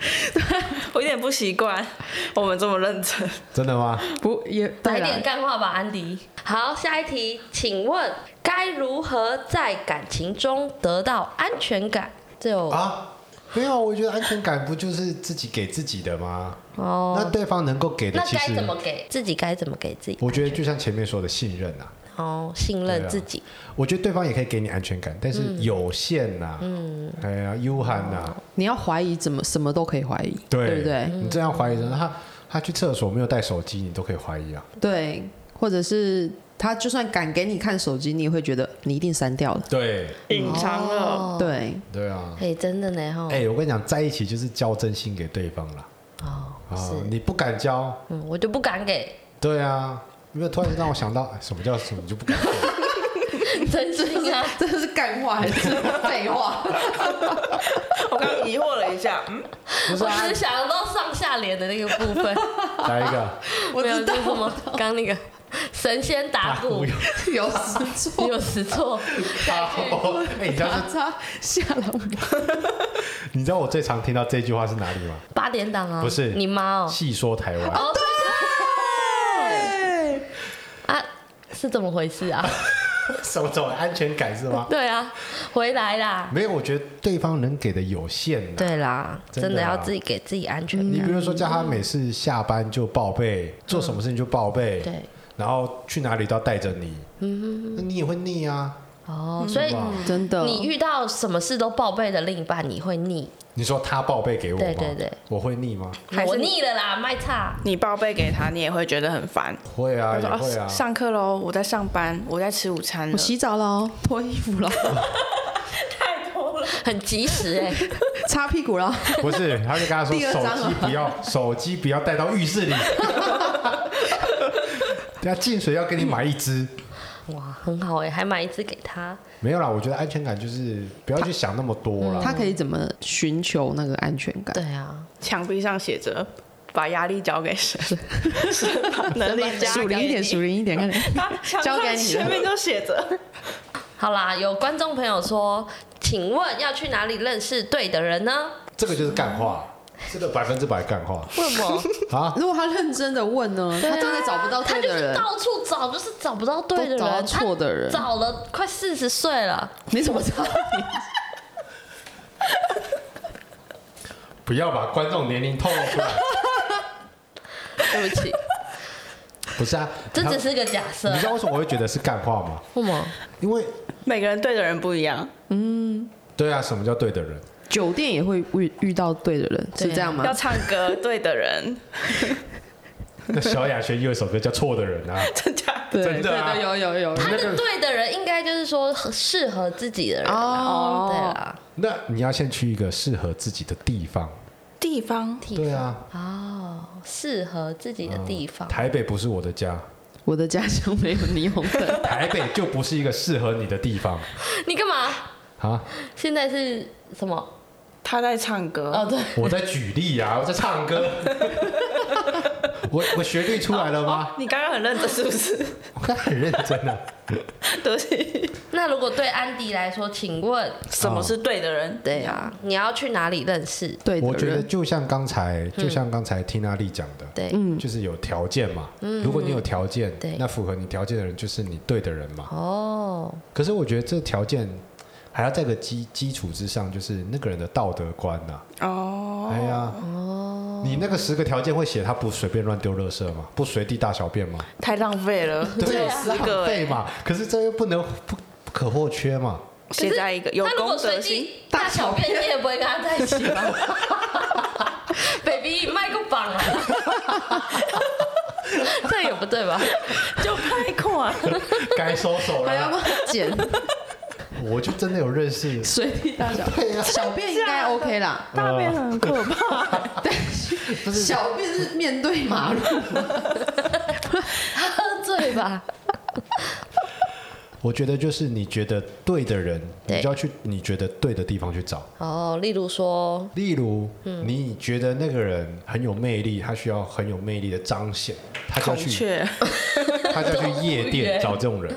S5: 我有点不习惯我们这么认真。
S1: 真的吗？
S2: 不也
S4: 来
S2: 对啦
S4: 点干话吧，安迪。好，下一题，请问该如何在感情中得到安全感？这有
S1: 啊，没有，我觉得安全感不就是自己给自己的吗？那
S4: 哦，
S1: 对方能够给的，
S4: 那
S1: 其
S4: 该
S1: 实
S4: 怎么给自己？该怎么给自己？
S1: 我觉得就像前面说的信任啊，
S4: 哦，信任自己，
S1: 我觉得对方也可以给你安全感，
S4: 嗯
S1: 但是有限呐。嗯，哎呀，悠寒
S4: 哦
S1: 呐。
S2: 你要怀疑怎么什么都可以怀疑，
S1: 对
S2: 不对？
S1: 你这样怀疑人，他他去厕所没有带手机，你都可以怀疑啊。
S2: 对，或者是他就算敢给你看手机，你也会觉得你一定删掉了，
S1: 对，
S5: 隐藏了，
S4: 哦，
S2: 对，
S1: 对啊。
S4: 哎，真的呢，哈
S1: 哎、，我跟你讲，在一起就是交真心给对方啦。
S4: 哦，
S1: 啊，
S4: 是，
S1: 你不敢交，
S4: 嗯，我就不敢给，
S1: 对啊，因为突然让我想到，哎什么叫什么你就不敢 交？
S4: 真心啊，
S2: 这是干话还是废 话？
S5: 我刚刚疑惑了一下，嗯，
S1: 不 是
S4: 我
S1: 啊，
S4: 只想到上下联的那个部 分，
S1: 来一个
S2: 我
S4: 没有
S2: 知
S4: 就是什
S2: 道
S4: 么刚那个神仙打鼓
S1: 有。
S2: 有时 错，
S4: 有时错，
S2: 哦
S1: 好哎、你知道
S2: 咔嚓下来我
S1: 你知道我最常听到这句话是哪里吗？
S4: 八点档啊，
S1: 不是
S4: 你妈哦，
S1: 细说台湾，
S4: 哦对啊，是怎么回事啊？
S1: 什么种安全感是吗？
S4: 对啊，回来啦。
S1: 没有，我觉得对方能给的有限呐、
S4: 对啦，
S1: 真
S4: 真
S1: 的
S4: 的嗯要
S1: 啊
S4: 自己给自己安全
S1: 你
S4: 感。
S1: 比如说叫他每次下班就报备，做什么事情就报备，
S4: 对，
S1: 然后去哪里都要带着你，
S4: 嗯
S1: 那你也会腻啊。
S4: 哦，所以
S1: 哇
S2: 真的。
S4: 你遇到什么事都报备的另一半，你会腻。
S1: 你说他报备给我吗？
S4: 对对对
S1: 我会腻吗？
S5: 还是
S4: 我腻了啦，卖差。
S5: 你报备给他，你也会觉得很烦。
S1: 会啊，
S5: 他
S1: 也
S5: 说哦
S1: 会
S4: 哦
S1: 啊。
S5: 上课喽，我在上班，我在吃午餐
S2: 我
S5: 了。
S2: 洗澡了哦，脱衣服 了，
S4: 很及时 哎、
S2: 擦屁股了，
S1: 不是，他就跟他说
S2: 第二
S1: 手
S2: 张啊
S1: 机不要，手机不要带到浴室里。 那进水要给你买一支，
S4: 哇，很好哎、还买一支给他。
S1: 没有啦。我觉得安全感就是不要去想那么多
S4: 嗯
S1: 啦。
S2: 他可以怎么寻求那个安全感？
S4: 对啊，
S5: 墙壁上写着“把压力交给神”， 神把能力加给
S2: 属灵一点，
S5: 你
S2: 属灵一点，看
S5: 他墙
S2: 交给
S5: 上
S2: 你
S5: 前面就写着
S4: 好啦，有观众朋友说，请问要去哪里认识对的人呢？
S1: 这个就是干话，这个百分之百干 话
S4: 为什么？
S1: 啊！
S2: 如果他认真的问呢，他真的找不到
S4: 啊他
S2: 对
S4: 就
S2: 啊的
S4: 是
S2: 人，
S4: 到处找，就是找不到对的
S2: 都找到
S4: 人，
S2: 错的人
S4: 他找了快四十岁了，
S2: 你怎么知道？
S1: 不要把观众年龄透露出来。
S4: 对不起，
S1: 不是啊，
S4: 这
S1: 他
S4: 只是个假设
S1: 你。知道为什么我会觉得是干话吗？
S4: 为什么？
S1: 因为
S5: 每个人对的人不一样，
S1: 对啊，什么叫对的人？
S2: 酒店也会遇遇到对的人，是
S4: 对啊
S2: 这样吗
S5: 要？唱歌对的人，
S1: 那萧亚轩有一首歌叫《错的人》啊，
S5: 真假的？
S2: 对
S1: 真
S2: 对
S1: 的啊
S2: 对，有有有。
S4: 他
S1: 那
S4: 的
S1: 个
S4: 对的人应该就是说合适合自己的人啊。
S2: 哦，
S4: 对啦，
S1: 那你要先去一个适合自己的地方。
S5: 地方
S4: 地
S1: 对啊，
S4: 哦，适合自己的地方。
S2: 哦
S1: 台北不是我的家，，
S2: 我的家乡没有霓虹灯
S1: 台北就不是一个适合你的地方
S4: 你干嘛？
S1: 啊！
S4: 现在是什么？
S5: 他在唱歌，
S4: 哦，对，
S1: 我在举例啊，我在唱 歌。我我旋律出来了吗？
S5: 你刚刚很认真是不是？
S1: 我刚才很认真啊。
S5: 对不起，
S4: 那如果对安迪来说，请问，
S5: 什么是对的人？
S4: 对啊，你要去哪里认识？
S2: 对的
S1: 我觉得
S2: 人，
S1: 就像刚才，就像刚才缇娜丽讲的，
S4: 对，
S2: 嗯
S1: 就是有条件嘛。如果你有条件
S4: 对，
S1: 那符合你条件的人就是你对的人嘛。
S4: 哦，
S1: 可是我觉得这条件还要在个基基础之上，就是那个人的道德观呐、
S5: 哦，
S1: 哎呀，你那个十个条件会写他不随便乱丢垃圾吗？不随地大小便吗？
S5: 太浪费了，只有
S1: 啊
S5: 四个
S1: 浪费
S5: 哎，
S1: 嘛。可是这又不能不不可或缺嘛。
S5: 写在一个有
S4: 他如
S5: 公
S4: 果
S5: 德
S4: 随
S5: 心，
S4: 机大小便，你也不会跟他在一起吧 ？baby，卖个榜啊！ 这也不对吧？
S5: 就啊 拍款。
S1: 该收手
S2: 还
S5: 哎
S2: 要
S1: 了。
S2: 帮他剪
S1: 我就真的有认识，
S2: 随地大小，
S1: 对呀、
S2: 小便 应该 OK 啦。
S5: 大便
S1: 呃
S5: 很可怕，
S2: 小便是面对马路，
S4: 喝醉吧？
S1: 我觉得就是你觉得对的人，
S4: 对
S1: 你就要去你觉得对的地方去找。
S4: 哦，例如说，
S1: 例如，
S5: 嗯
S1: 你觉得那个人很有魅力，他需要很有魅力的彰显，他就
S5: 孔
S1: 要
S2: 嗯
S1: 去，
S5: 雀
S4: 哎
S1: 他就要去夜店找这种人，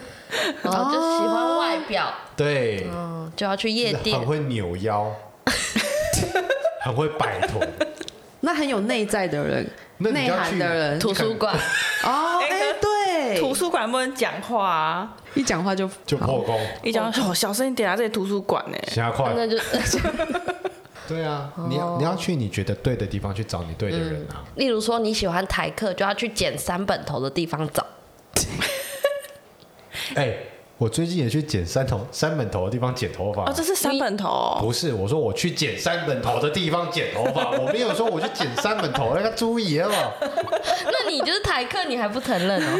S4: 然后哦就喜欢外表，
S1: 对，
S4: 嗯，就要去夜店
S1: 很。会 扭腰，很会摆臀，
S2: 那很有内在的人，
S1: 那你
S2: 内
S1: 就要去
S2: 涵的人。
S4: 图书馆，
S2: 哦，
S5: 哎
S2: 哎，
S5: 图
S2: 对，
S5: 书馆不能讲话啊！
S2: 一讲话就
S1: 就破功，
S5: 一讲哦，小声一点啊，这里图书馆呢。
S1: 瞎快。
S4: 嗯那就 哦
S1: 对啊，你要你要去你觉得对的地方去找你对的人啊。
S4: 例如说你喜欢台客，就要去捡三本头的地方找。嗯
S1: 哎，我最近也去剪三头三本头的地方剪头发
S5: 哦，，这是三本头哦，
S1: 不是我说我去剪三本头的地方剪头 发，我没有说我去剪三本头，那个啊猪爷嘛，
S4: 那你就是台客，你还不承认哦？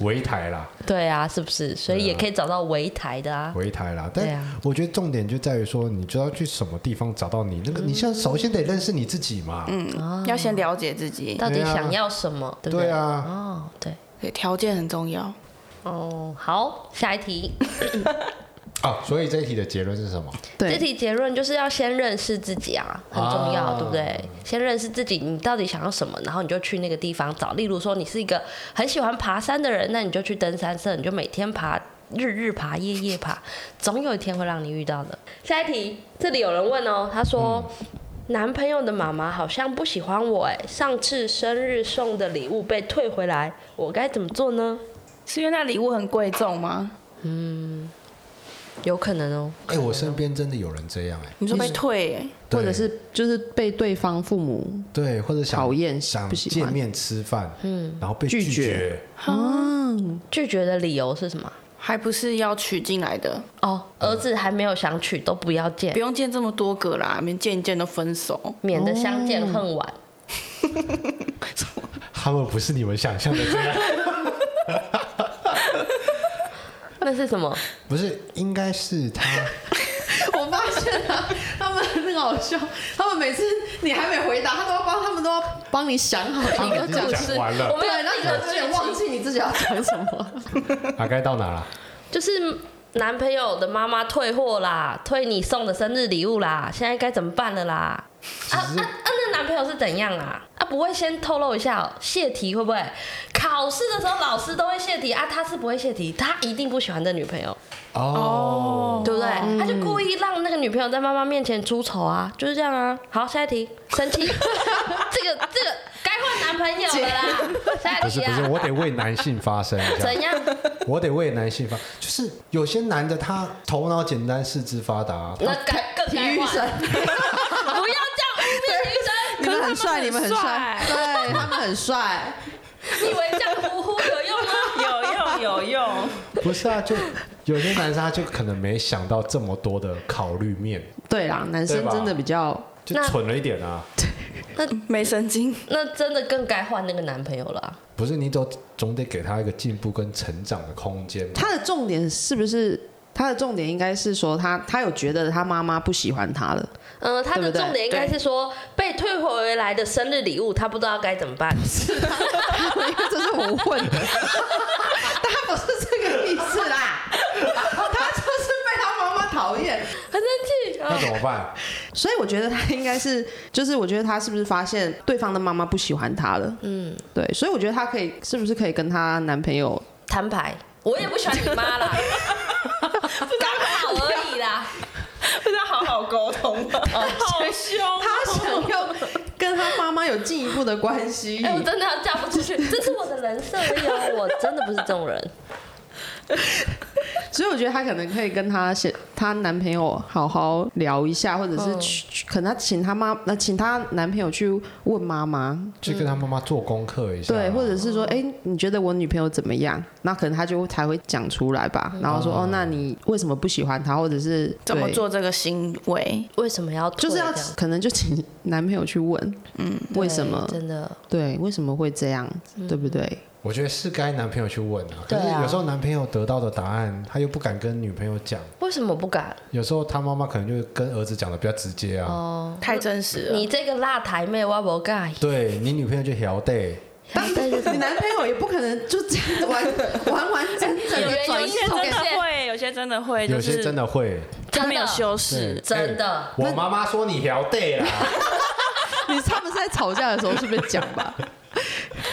S1: 围台啦。
S4: 对啊，是不是？所以也可以找到围台的啊。
S1: 回台啦。
S4: 对
S1: 但
S4: 啊
S1: 我觉得重点就在于说，你就要去什么地方找到你
S4: 嗯
S1: 那个，你像首先得认识你自己嘛。
S5: 嗯，要先了解自己，
S4: 到底
S1: 对啊
S4: 想要什么？对不
S1: 对
S4: 对？
S1: 啊，
S4: 哦，对。
S5: 对，条件很重要。
S4: 哦，好，下一题。
S1: 啊，所以这一题的结论是什么？
S4: 这
S2: 对，
S4: 题结论就是要先认识自己啊，很重要，
S1: 啊
S4: 对不对？先认识自己，你到底想要什么，然后你就去那个地方找。例如说，你是一个很喜欢爬山的人，那你就去登山社，你就每天爬，日日爬，夜夜爬，总有一天会让你遇到的。下一题，这里有人问哦，他说。男朋友的妈妈好像不喜欢我哎，上次生日送的礼物被退回来，我该怎么做呢？
S5: 是因为那礼物很贵重吗？
S4: 有可能哦。
S1: 哎、我身边真的有人这样哎、
S5: 你说被退、欸，
S2: 或者
S1: 对
S2: 是就是被对方父母
S1: 对，或者想
S2: 讨厌
S1: 想
S2: 不喜欢
S1: 见面吃饭，嗯，然后被拒
S2: 拒绝
S4: 拒绝的理由是什么？
S5: 还不是要娶进来的，
S4: 哦，儿子还没有想娶，都不要见
S5: 不，用见这么多个啦，免见一见都分手。
S4: 免得相见恨晚。
S1: 他们不是你们想象的这样，
S4: 那是什么？
S1: 不是，应该是他，
S2: 我发现啊，他们很好笑，他们每次你还没回答，他都要帮他们都要帮你想好
S1: 他
S2: 一
S1: 们
S2: 个
S1: 已经
S2: 讲
S1: 讲
S2: 是，
S1: 完了，
S2: 对，然后你就有点忘记你自己要讲什么。
S1: 啊，该到哪了？
S4: 就是男朋友的妈妈退货啦，退你送的生日礼物啦，现在该怎么办了啦？啊啊
S1: 是
S4: 啊！那男朋友是怎样啊？啊，不会先透露一下、哦、泄题会不会？考试的时候老师都会泄题啊，他是不会泄题，他一定不喜欢这女朋友，
S1: 哦，
S4: 对不对？他就故意让那个女朋友在妈妈面前出丑啊，就是这样啊。好，下一题，生气，这个 这个该换男朋友了啦，下
S1: 不
S4: 一
S1: 是
S4: 题
S1: 不是，
S4: 啊，
S1: 我得为男性发声一
S2: 哎
S1: 下
S4: 怎，样？
S1: 我得为男性发，就是有些男的他头脑简单，四肢发达，
S4: 那该更
S2: 体
S4: 该
S2: 育
S4: 换，
S2: 生，
S4: 不要这样污蔑女生。
S2: 你们很帅，你
S5: 可
S2: 们
S5: 是他们很
S2: 很帅，对他们很帅。
S4: 你以为这样呼呼有用吗？
S5: 有用有用，
S1: 不是啊，就有些男生他就可能没想到这么多的考虑面，
S2: 对啦，男
S1: 对
S2: 生
S1: 吧
S2: 真的比较
S1: 就
S4: 那
S1: 蠢了一点啊。
S5: 没神经。
S4: 那真的更该换那个男朋友了啊、
S1: 不是你总总得给他一个进步跟成长的空 间嘛。
S2: 他的重点是不是？他的重点应该是说他他有觉得他妈妈不喜欢他了，
S4: 嗯、他
S2: 对
S4: 的
S2: 不对
S4: 重点应该是说被退回来的生日礼物，他不知道该怎么 办。
S2: 因为这是我问的， 但他不是这个意思啦，他就是被他妈妈讨厌，
S4: 很生气，
S1: 那
S4: 啊
S1: 怎么办？
S2: 所以我觉得他应该是，就是我觉得他是不是发现对方的妈妈不喜欢他了？嗯，对，所以我觉得他可以，是不是可以跟她男朋友？
S4: 摊牌。我也不喜欢你妈 啦，刚好而已啦。哎
S5: 跟他好 好啊沟通吧，好凶哦、
S2: 他想要跟他妈妈有进一步的关系。
S4: 哎、我真的要嫁不出去，这是我的人设而已哦，我真的不是这种人。
S2: 所以我觉得她可能可以跟她先她男朋友好好聊一下，或者是去，去可能她请她妈，那请她男朋友去问妈妈，
S1: 去跟他妈妈做功课一下啊，
S2: 对，或者是说，哎、你觉得我女朋友怎么样？那可能她就才会讲出来吧。然后说，哦，那你为什么不喜欢她，或者是
S5: 怎么
S2: 对
S5: 做这个行为？
S4: 为什么要退
S2: 就是要
S4: 这样
S2: 可能就请男朋友去问，嗯，为什么？
S4: 对真的
S2: 对，为什么会这样？对不对？
S1: 我觉得是该男朋友去问啊。
S4: 对
S1: 可
S4: 啊
S1: 是有时候男朋友得到的答案，他又不敢跟女朋友讲。
S4: 为什么不敢？
S1: 有时候他妈妈可能就跟儿子讲的比较直接
S4: 哦
S1: 啊。
S2: 哦
S5: 太真实了。
S4: 你这个辣台妹，我不干。
S1: 对你女朋友就聊对，
S2: 但 你男朋友也不可能就这样完完完整整
S4: 有
S2: 的
S4: 人
S2: 转
S4: 有
S2: 移
S4: 一些
S2: 手
S4: 真
S2: 给
S4: 的
S5: 会，有些真的
S4: 哎
S5: 会
S1: 有些真的会。
S5: 他没有
S4: 真的
S5: 修饰，
S4: 真的
S1: 哎我妈妈说你聊对啦。
S2: 你他们是在吵架的时候顺便讲 吧。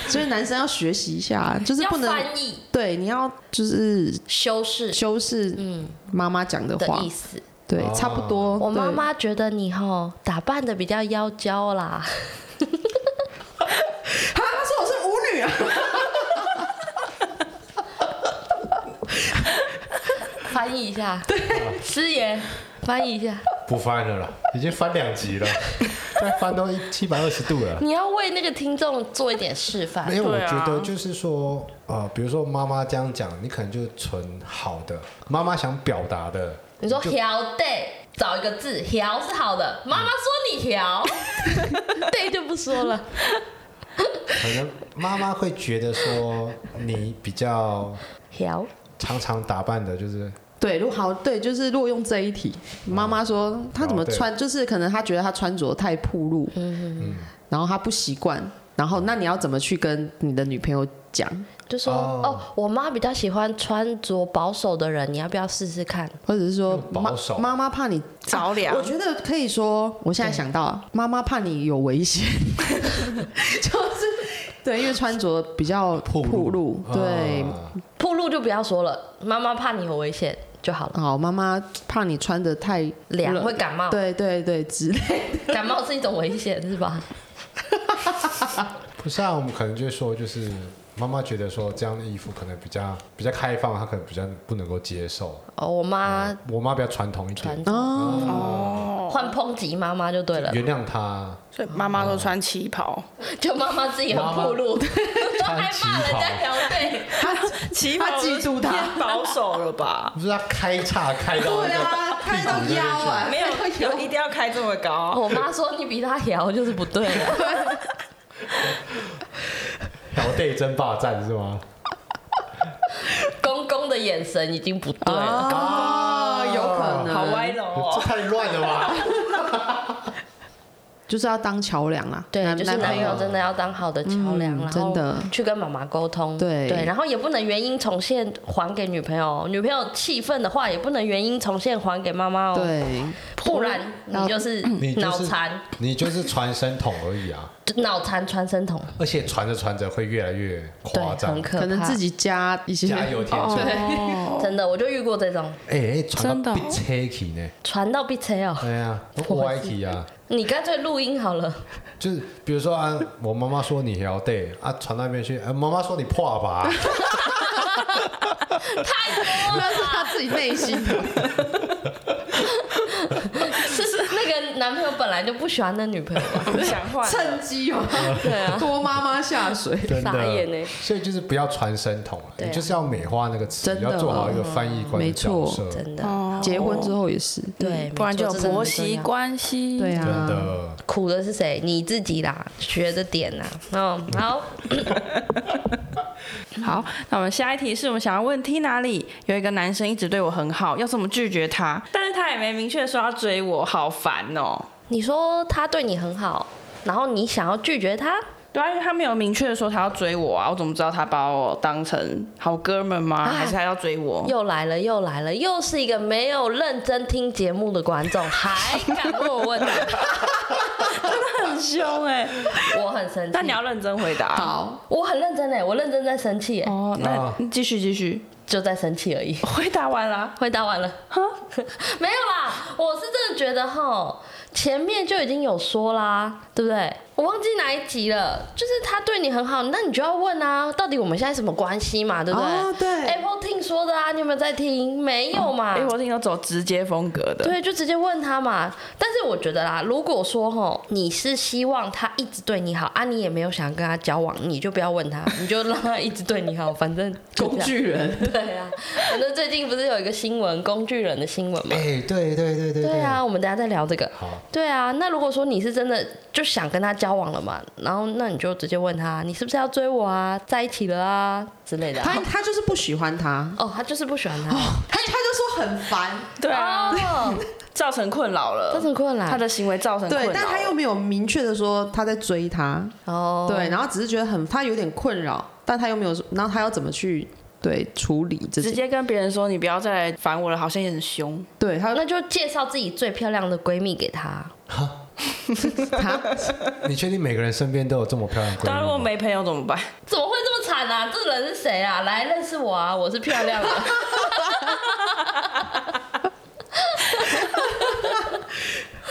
S2: 所以男生要学习一下，啊就是
S4: 要
S2: 不能
S4: 翻译
S2: 对，你要就是
S4: 修饰
S2: 修饰妈妈讲的
S4: 嗯的
S2: 话
S4: 意，思。
S2: 对
S1: 哦，
S2: 差不多。
S4: 我妈
S2: 对
S4: 妈觉得你吼打扮的比较妖娇啦，
S2: 啊，他说我是舞 女啊。
S4: 翻译一下，对，师爷翻译一下，
S1: 不翻了啦，已经翻两集 了，再翻都七百二十度了。
S4: 你要为那个听众做一点示范
S1: 没。有，我
S5: 对啊
S1: 觉得就是说，呃，比如说妈妈这样讲，你可能就存好的，妈妈想表达的，
S4: 你说调 day 找一个字，调是好的，妈妈说你 调 day 就不说了，
S1: 可能妈妈会觉得说你比较
S4: 调
S1: 常常打扮的，就是
S2: 对，如好对，就是如果用这一题，妈妈说她怎么穿，就是可能她觉得她穿着太暴露，
S4: 嗯
S2: 嗯然后她不习惯，然后那你要怎么去跟你的女朋友讲，
S4: 就说
S1: 哦
S4: 哦，我妈比较喜欢穿着保守的人，你要不要试试看？
S2: 或者是说
S1: 用
S2: 妈
S1: 保守
S2: 妈妈怕你
S5: 着凉
S2: 我觉得可以说，我现在想到妈妈怕你有危 险，就是对，因为穿着比较
S1: 暴露
S2: 暴露，对，
S1: 啊
S4: 铺路就不要说了，妈妈怕你有危险就好了，
S2: 好，妈妈怕你穿的太
S4: 凉
S2: 热
S4: 会感冒，
S2: 对对对之类的。
S4: 感冒是一种危险是吧？
S1: 不是啊，我们可能就说就是妈妈觉得说这样的衣服可能比较比较开放，她可能比较不能够接受。
S4: 哦，我妈
S1: 我妈比较传统一
S4: 传
S1: 点，
S4: 统
S2: 哦，
S4: 换抨击妈妈就对了，
S1: 原谅她
S5: 所以妈妈都穿旗袍，
S4: 就妈妈自己很
S1: 妈妈
S4: 暴露，
S1: 穿旗袍，
S4: 条队。
S5: 旗
S2: 他嫉妒她
S5: 偏保守了吧？
S1: 不是她开叉开到
S2: 对
S1: 那个
S2: 啊，开到腰啊，
S5: 没有， 有一定要开这么高。
S4: 哦我妈说你比她摇就是不对的，
S1: 条队争霸战是吗？
S4: 公公的眼神已经不对了。
S2: 哦，有可能，
S5: 好 歪楼
S1: 这
S5: 哦！
S1: 太乱了吧！
S2: 就是要当桥梁啊，
S4: 对，
S2: 男
S4: 就是
S2: 男
S4: 男
S2: 朋友
S4: 友真的要当好的桥梁，
S2: 嗯
S4: 然后
S2: 真的
S4: 去跟妈妈沟通，
S2: 对
S4: 对，然后也不能原因重现还给女朋友，女朋友气愤的话也不能原因重现还给妈妈哦，，
S2: 对，
S4: 不然你就是
S1: 你就
S4: 脑
S1: 是
S4: 残，
S1: 你就是传声筒而已啊，
S4: 就脑残传声筒，
S1: 而且传着传着会越来越
S4: 对
S1: 夸，张
S4: 很，可怕，哦
S2: 可能自己加一些
S1: 加油添醋。
S4: 真的，我就遇过这种
S1: 哎，传到
S5: 真的哦
S1: 被车起呢，
S4: 传到 B 车哦，
S1: 哎呀，都歪起啊。
S4: 你干脆录音好了，
S1: 就是比如说啊，我妈妈说你摇对啊，传到那边去，啊妈妈说你破吧，
S2: 那是他自己内心的，
S4: 就是那个男朋友本来就不喜欢那女朋友啊吧，
S5: 想 换
S2: 趁机哦，对啊，多妈妈下水，
S1: 真
S4: 傻眼
S1: 的。
S4: 欸
S1: 所以就是不要传声筒了，
S4: 对啊
S1: 你就是要美化那个词，
S2: 真的
S1: 要做好一个翻译官的
S2: 没
S1: 角
S2: 错
S1: 色，
S4: 真的，
S5: 哦
S2: 结婚之后也是，
S4: 对，
S5: 不然就有
S4: 没错
S5: 婆媳。
S4: 这真的很重要
S5: 关系。
S2: 对
S1: 真
S2: 啊，
S1: 的。
S4: 苦的是谁？你自己啦，学的点呐。嗯，好，
S5: 好，那我们下一题是我们想要问 T 哪里有一个男生一直对我很好，要怎么拒绝他？但是他也没明确说要追我，好烦哦。
S4: 你说他对你很好，然后你想要拒绝他
S5: 对啊，因为他没有明确的说他要追我啊，我怎么知道他把我当成好哥们吗？
S4: 啊
S5: 还是他要追 我？
S4: 又来了，又来了，又是一个没有认真听节目的观 众，还敢问我 问题，
S5: 很凶哎、
S4: 我很生气
S5: 但。你要认真回答。
S2: 好，
S4: 我很认真哎，我认真在生气哎，
S5: 哦，那你继续继续，
S4: 就在生气而已。
S5: 回答完了。
S4: 回答完了，没有啦，我是真的觉得哈，前面就已经有说啦，对不对？我忘记哪一集了，就是他对你很好，那你就要问啊，到底我们现在什么关系嘛，对不对、
S2: 哦对
S4: a p p l e 听说的啊，你有没有在听？没有嘛。
S5: 哎、我听有走直接风格的，
S4: 对，就直接问他嘛。但是我觉得啦，如果说吼你是希望他一直对你好啊，你也没有想跟他交往，你就不要问他，你就让他一直对你好，反正就这
S2: 工
S4: 样。
S2: 具人，
S4: 对啊，反正最近不是有一个新闻，工具人的新闻嘛。
S1: 哎，对对对对
S4: 对啊，我们等一下再聊这个。
S1: 好，
S4: 对啊，那如果说你是真的就想跟他交往了嘛，然后那你就直接问他，你是不是要追我啊，在一起了啊之类的啊、
S2: 他他就是不喜欢他，
S4: 哦，他就是不喜欢他。
S2: 他他就说很烦，
S5: 哦对啊，
S4: 哦，
S5: 造成困扰了，
S4: 造成困扰
S5: 他的行为造成困
S2: 对
S5: 扰，，
S2: 但他又没有明确的说他在追他，
S4: 哦，
S2: 对，然后只是觉得很他有点困扰，但他又没有，然后他要怎么去对处理这
S5: 直
S2: 些？
S5: 接跟别人说你不要再来烦我了，好像也很凶。
S2: 对，他
S4: 那就介绍自己最漂亮的闺蜜给他。
S2: 他
S1: 你确定每个人身边都有这么漂亮
S4: 啊
S1: 的闺蜜
S5: 当然，如果
S1: 吗？
S5: 没朋友怎么办？
S4: 怎么会这么惨啊？这人是谁啊？来认识我啊！我是漂亮的。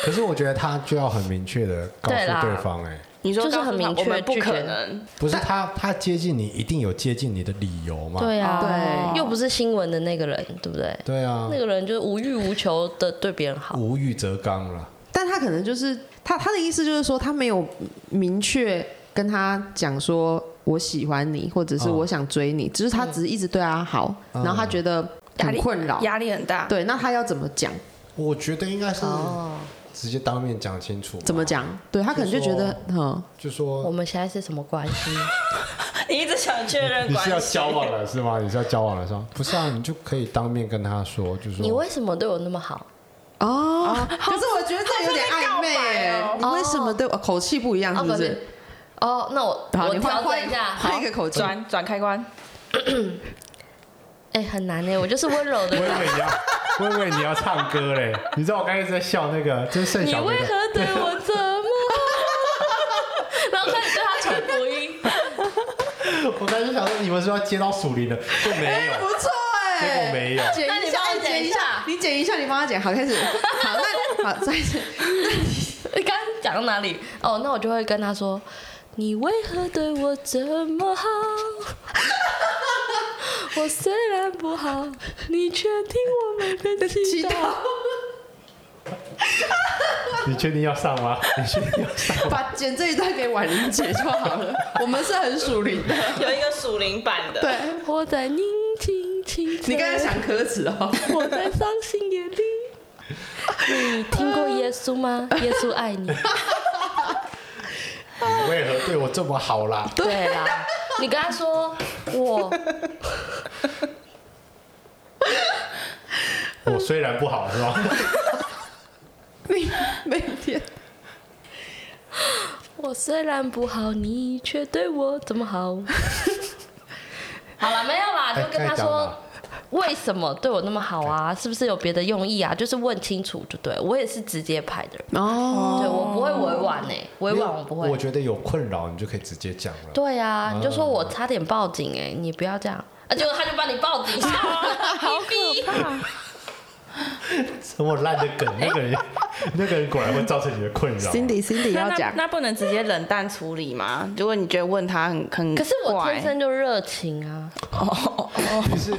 S1: 可是我觉得他就要很明确的告诉
S4: 对啦
S1: 对方，哎，
S5: 你 说
S4: 就是
S5: 告诉
S4: 很
S5: 他
S4: 明确
S5: 我们不
S4: 拒绝
S5: 可能。
S1: 不是他他接近你一定有接近你的理由嘛？
S4: 对啊，
S2: 哦
S4: 又不是新闻的那个人，对不对？
S1: 对啊
S4: 那，个人就是无欲无求的对别人好。
S1: 无欲则刚了。
S2: 但他可能就是他他的意思就是说，他没有明确跟他讲说我喜欢你，或者是
S1: 嗯
S2: 我想追你，只是他只是一直对他好，
S1: 嗯
S2: 然后他觉得
S5: 压
S2: 很
S5: 力
S2: 困扰。
S5: 压力很大。
S2: 对，那他要怎么讲？
S1: 我觉得应该是
S4: 哦
S1: 直接当面讲清楚。
S2: 怎么？讲？对他可能就觉得，嗯，
S1: 就
S4: 我
S5: 哦
S1: 说
S4: 们现在是什么关系？
S5: 你一直想确认
S1: 你
S5: 关
S1: 是
S5: 系，
S1: 要交往 了是吗？你是要交往了是吗？不是啊，你就可以当面跟他说，就
S4: 你
S1: 说
S4: 为什么对我那么好？
S2: 哦，可是我觉得这有点暧昧耶，你为什么对我口气不一样？是不
S4: 哦
S2: 是？
S4: 哦，那我
S2: 好，
S4: 我
S2: 你换
S4: 调整
S2: 换
S4: 一下。好
S2: 换一，个口气。
S5: 转转开 关。
S4: 哎，很难呢，我就是温柔的
S1: 我以
S4: 人。
S1: 为你要，我以为你要唱歌嘞。你知道我刚才一直在笑那个，就是盛
S4: 你
S1: 小梅
S4: 为
S1: 的。
S4: 何对我这么 好？然后开始对他传福 音。
S1: 我刚才就想说，你们是不是要接到属灵的，就没有，
S2: 不错
S1: 结果
S2: 哎，
S1: 没有。
S2: 剪
S4: 那
S2: 一
S4: 你
S2: 下
S4: 帮，我剪
S2: 剪
S4: 一
S2: 一
S4: 下
S2: 下，你剪一下，你帮他剪。好，开始。好， 那好，再一次。
S4: 你刚刚讲到哪里？哦，那我就会跟他说，你为何对我这么好？ 我虽然不好，你却听我每天祈 祷。
S1: 你确定要上吗？你确定要上？
S2: 把剪这一段给婉玲姐就好了。我们是很属灵的，
S5: 有一个属灵版的，
S2: 对。
S4: 我在宁静清晨。
S2: 你刚才想歌词哦，
S4: 我在伤心夜里。你听过耶稣吗？耶稣爱你。
S1: 你为何对我这么好 啦？
S4: 对啦，你跟他说我
S1: 我虽然不好，是吧？
S2: 你每天
S4: 我虽然不好，你却对我怎么好？ 好了，没有啦，
S1: 哎
S4: 就跟他
S1: 该讲
S4: 说
S1: 了
S4: 为什么对我那么好啊？是不是有别的用意啊？就是问清楚就对了。我也是直接拍的人，
S2: 哦，
S4: 对我不会委婉呢、委婉我不会
S1: 我。觉得有嗯困扰，你就可以直接讲了。
S4: 对啊，你就说我差点报警哎、你不要这样。啊，结果他就帮你报 警，好逼！
S1: 什么烂的梗，那个人， 那个人果然会造成你的困扰。
S2: Cindy Cindy
S5: 那
S2: 要
S5: 那
S2: 讲，
S5: 那不能直接冷淡处理吗？如果你觉得问他很很怪，
S4: 可是我天生就热情 啊，
S1: 你是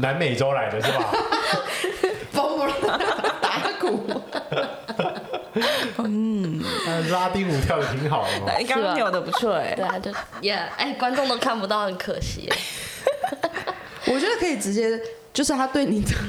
S1: 南美洲来的是吧？
S2: 疯了，打鼓，
S1: 呃拉丁舞跳的挺好的嘛。
S5: 哎刚刚扭的不错哎、
S4: 啊对啊，就 yeah，哎、观众都看不到，很可惜、欸。
S2: 我觉得可以直接，就是他对你的。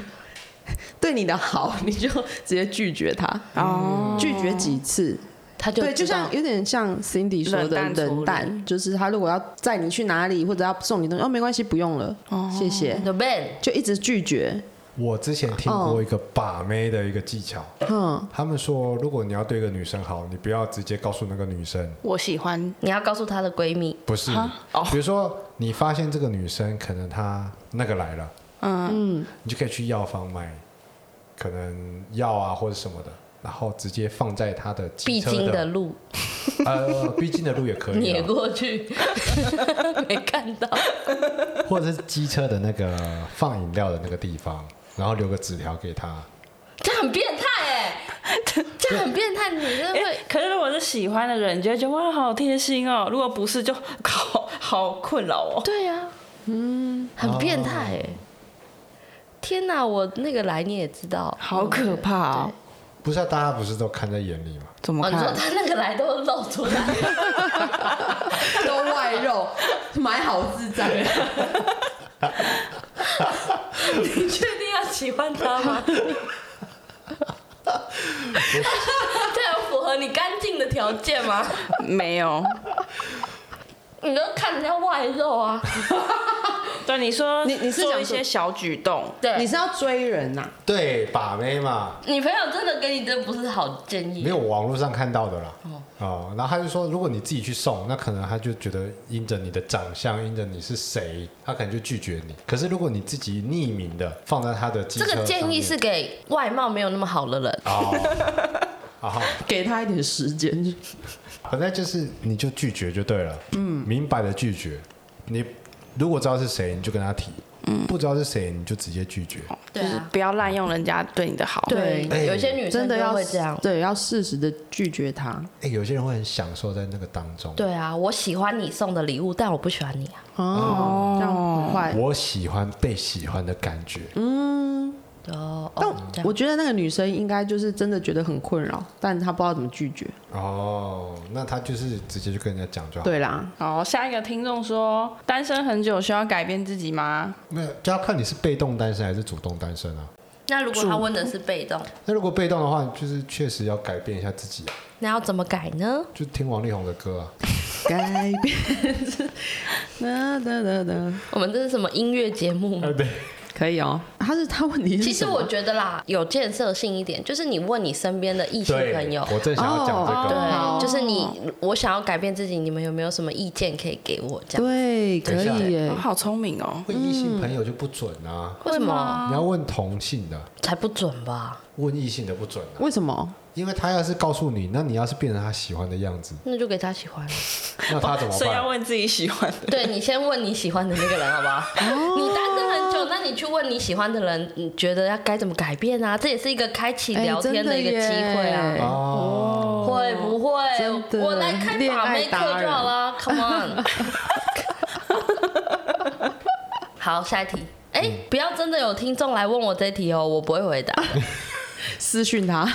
S2: 对你的好，你就直接拒绝他，
S5: 哦，
S2: 拒绝几次，
S4: 他就
S2: 对，就
S4: 知道
S2: 像有点像 Cindy 说的
S5: 冷淡处理
S2: 冷淡，就是他如果要载你去哪里，或者要送你东西，哦，没关系，不用了，
S4: 哦
S2: 谢谢，
S4: The Band
S2: 就一直拒绝，
S1: 我之前听过一个把妹的一个技巧，
S2: 嗯，
S1: 他们说，如果你要对一个女生好，你不要直接告诉那个女生，
S5: 我喜欢
S4: 你要告诉她的闺蜜，
S1: 不是
S5: 哈哦。
S1: 比如说，你发现这个女生可能她那个来了，
S5: 嗯
S1: 你就可以去药房买，可能药啊或者什么的，然后直接放在她的
S4: 必
S1: 机车
S4: 经的路
S1: 呃必经的路也可以
S4: 碾
S1: 啊，
S4: 过去，没看到。
S1: 或者是机车的那个放饮料的那个地方，然后留个纸条给她。
S4: 这样很变态哎、这样很变态，你真的
S5: 哎
S4: 会
S5: 可是如果是喜欢的人，你就会觉得哇，好贴心哦。如果不是，就好好困扰哦。
S4: 对啊，嗯，很变态哎、天哪，我那个来你也知道，
S5: 好可怕哦！
S1: 不是、啊，大家不是都看在眼里吗？
S5: 怎么
S4: 哦，你
S5: 看？
S4: 说他那个来都露出来，
S2: 都外 肉， 买好自在。
S4: 啊你确定要喜欢他 吗？这有符合你干净的条件吗？
S5: 没有。
S4: 你都看人家外肉啊，
S5: 对，你说
S2: 你你是
S5: 做
S2: 想
S5: 一
S2: 说
S5: 些小举动，
S4: 对，
S2: 你是要追人啊呐、
S1: 对，把妹嘛，
S4: 你朋友真的给你这不是好建议，
S1: 没有网络上看到的啦。哦，然后他就说，如果你自己去送，那可能他就觉得因着你的长相，因着你是谁，他可能就拒绝你。可是如果你自己匿名的放在他的机
S4: 这
S1: 车
S4: 个建
S1: 上
S4: 议
S1: 面
S4: 是给外貌没有那么好的人。
S1: 哦， 啊哈，
S2: 给他一点时间。
S1: 反正就是你就拒绝就对了，嗯，明白的拒绝。你如果知道是谁，你就跟他提；不知道是谁，你就直接拒绝。
S4: 对
S5: 就是
S4: 啊，
S5: 不要滥用人家对你的好。
S4: 对
S1: 哎，
S4: 有些女
S2: 真
S4: 生
S2: 的
S4: 就
S2: 要
S4: 会这样。
S2: 对，要适时的拒绝他。
S1: 哎，有些人会很享受在那个当中。
S4: 对啊，我喜欢你送的礼物，但我不喜欢你啊。
S2: 哦，这样很坏。
S1: 我喜欢被喜欢的感觉，
S4: 哦，
S2: 但
S4: 哦这样
S2: 我觉得那个女生应该就是真的觉得很困扰，但她不知道怎么拒绝。
S1: 哦，那他就是直接就跟人家讲就好。，
S2: 对 啦，
S5: 好，下一个听众说，单身很久需要改变自己吗？
S1: 那就要看你是被动单身还是主动单身啊。
S4: 那如果他问的是被动，
S1: 那如果被动的话，就是确实要改变一下自己啊，
S4: 那要怎么改呢？
S1: 就听王力宏的歌啊。
S2: 改变 自。哒哒哒哒，
S4: 我们这是什么音乐节目吗？
S1: 对，
S2: 可以哦。她是她问题是
S4: 其实
S2: 什么
S4: 我觉得啦，有建设性一点，就是你问你身边的异性朋
S1: 对
S4: 友，，
S1: 我正想要讲这个。
S4: 对，
S2: 哦
S4: 就是你，我想要改变自己，你们有没有什么意见可以给我？这样
S2: 对，可以耶
S5: 哦。好聪明哦。
S1: 问异性朋友就不准啊，
S4: 为什么
S1: 你要问同性的，
S4: 才不准吧？
S1: 问异性的不准啊，
S2: 为什么？
S1: 因为他要是告诉你，那你要是变成他喜欢的样子，
S4: 那就给他喜欢。
S1: 那他怎么
S5: 所以要
S1: 办？
S5: 问自己喜欢的。
S4: 对你先问你喜欢的那个人，好 不好？你单身很久，那你去问你喜欢的人，你哎
S2: 哎
S4: 觉得要该怎么改变啊？这也是一个开启聊天一个机会
S2: 哎真的耶
S4: 啊。
S1: 哦，
S2: 哦，
S4: 会不会
S2: 真？的
S4: 我来开
S2: 恋
S4: 把
S2: 爱
S4: 妹课
S2: 达
S4: 就
S2: 人
S4: 好了，Come on。好，下一题。哎、不要真的有听众来问我这一题哦，我不会回答。
S2: 私讯他？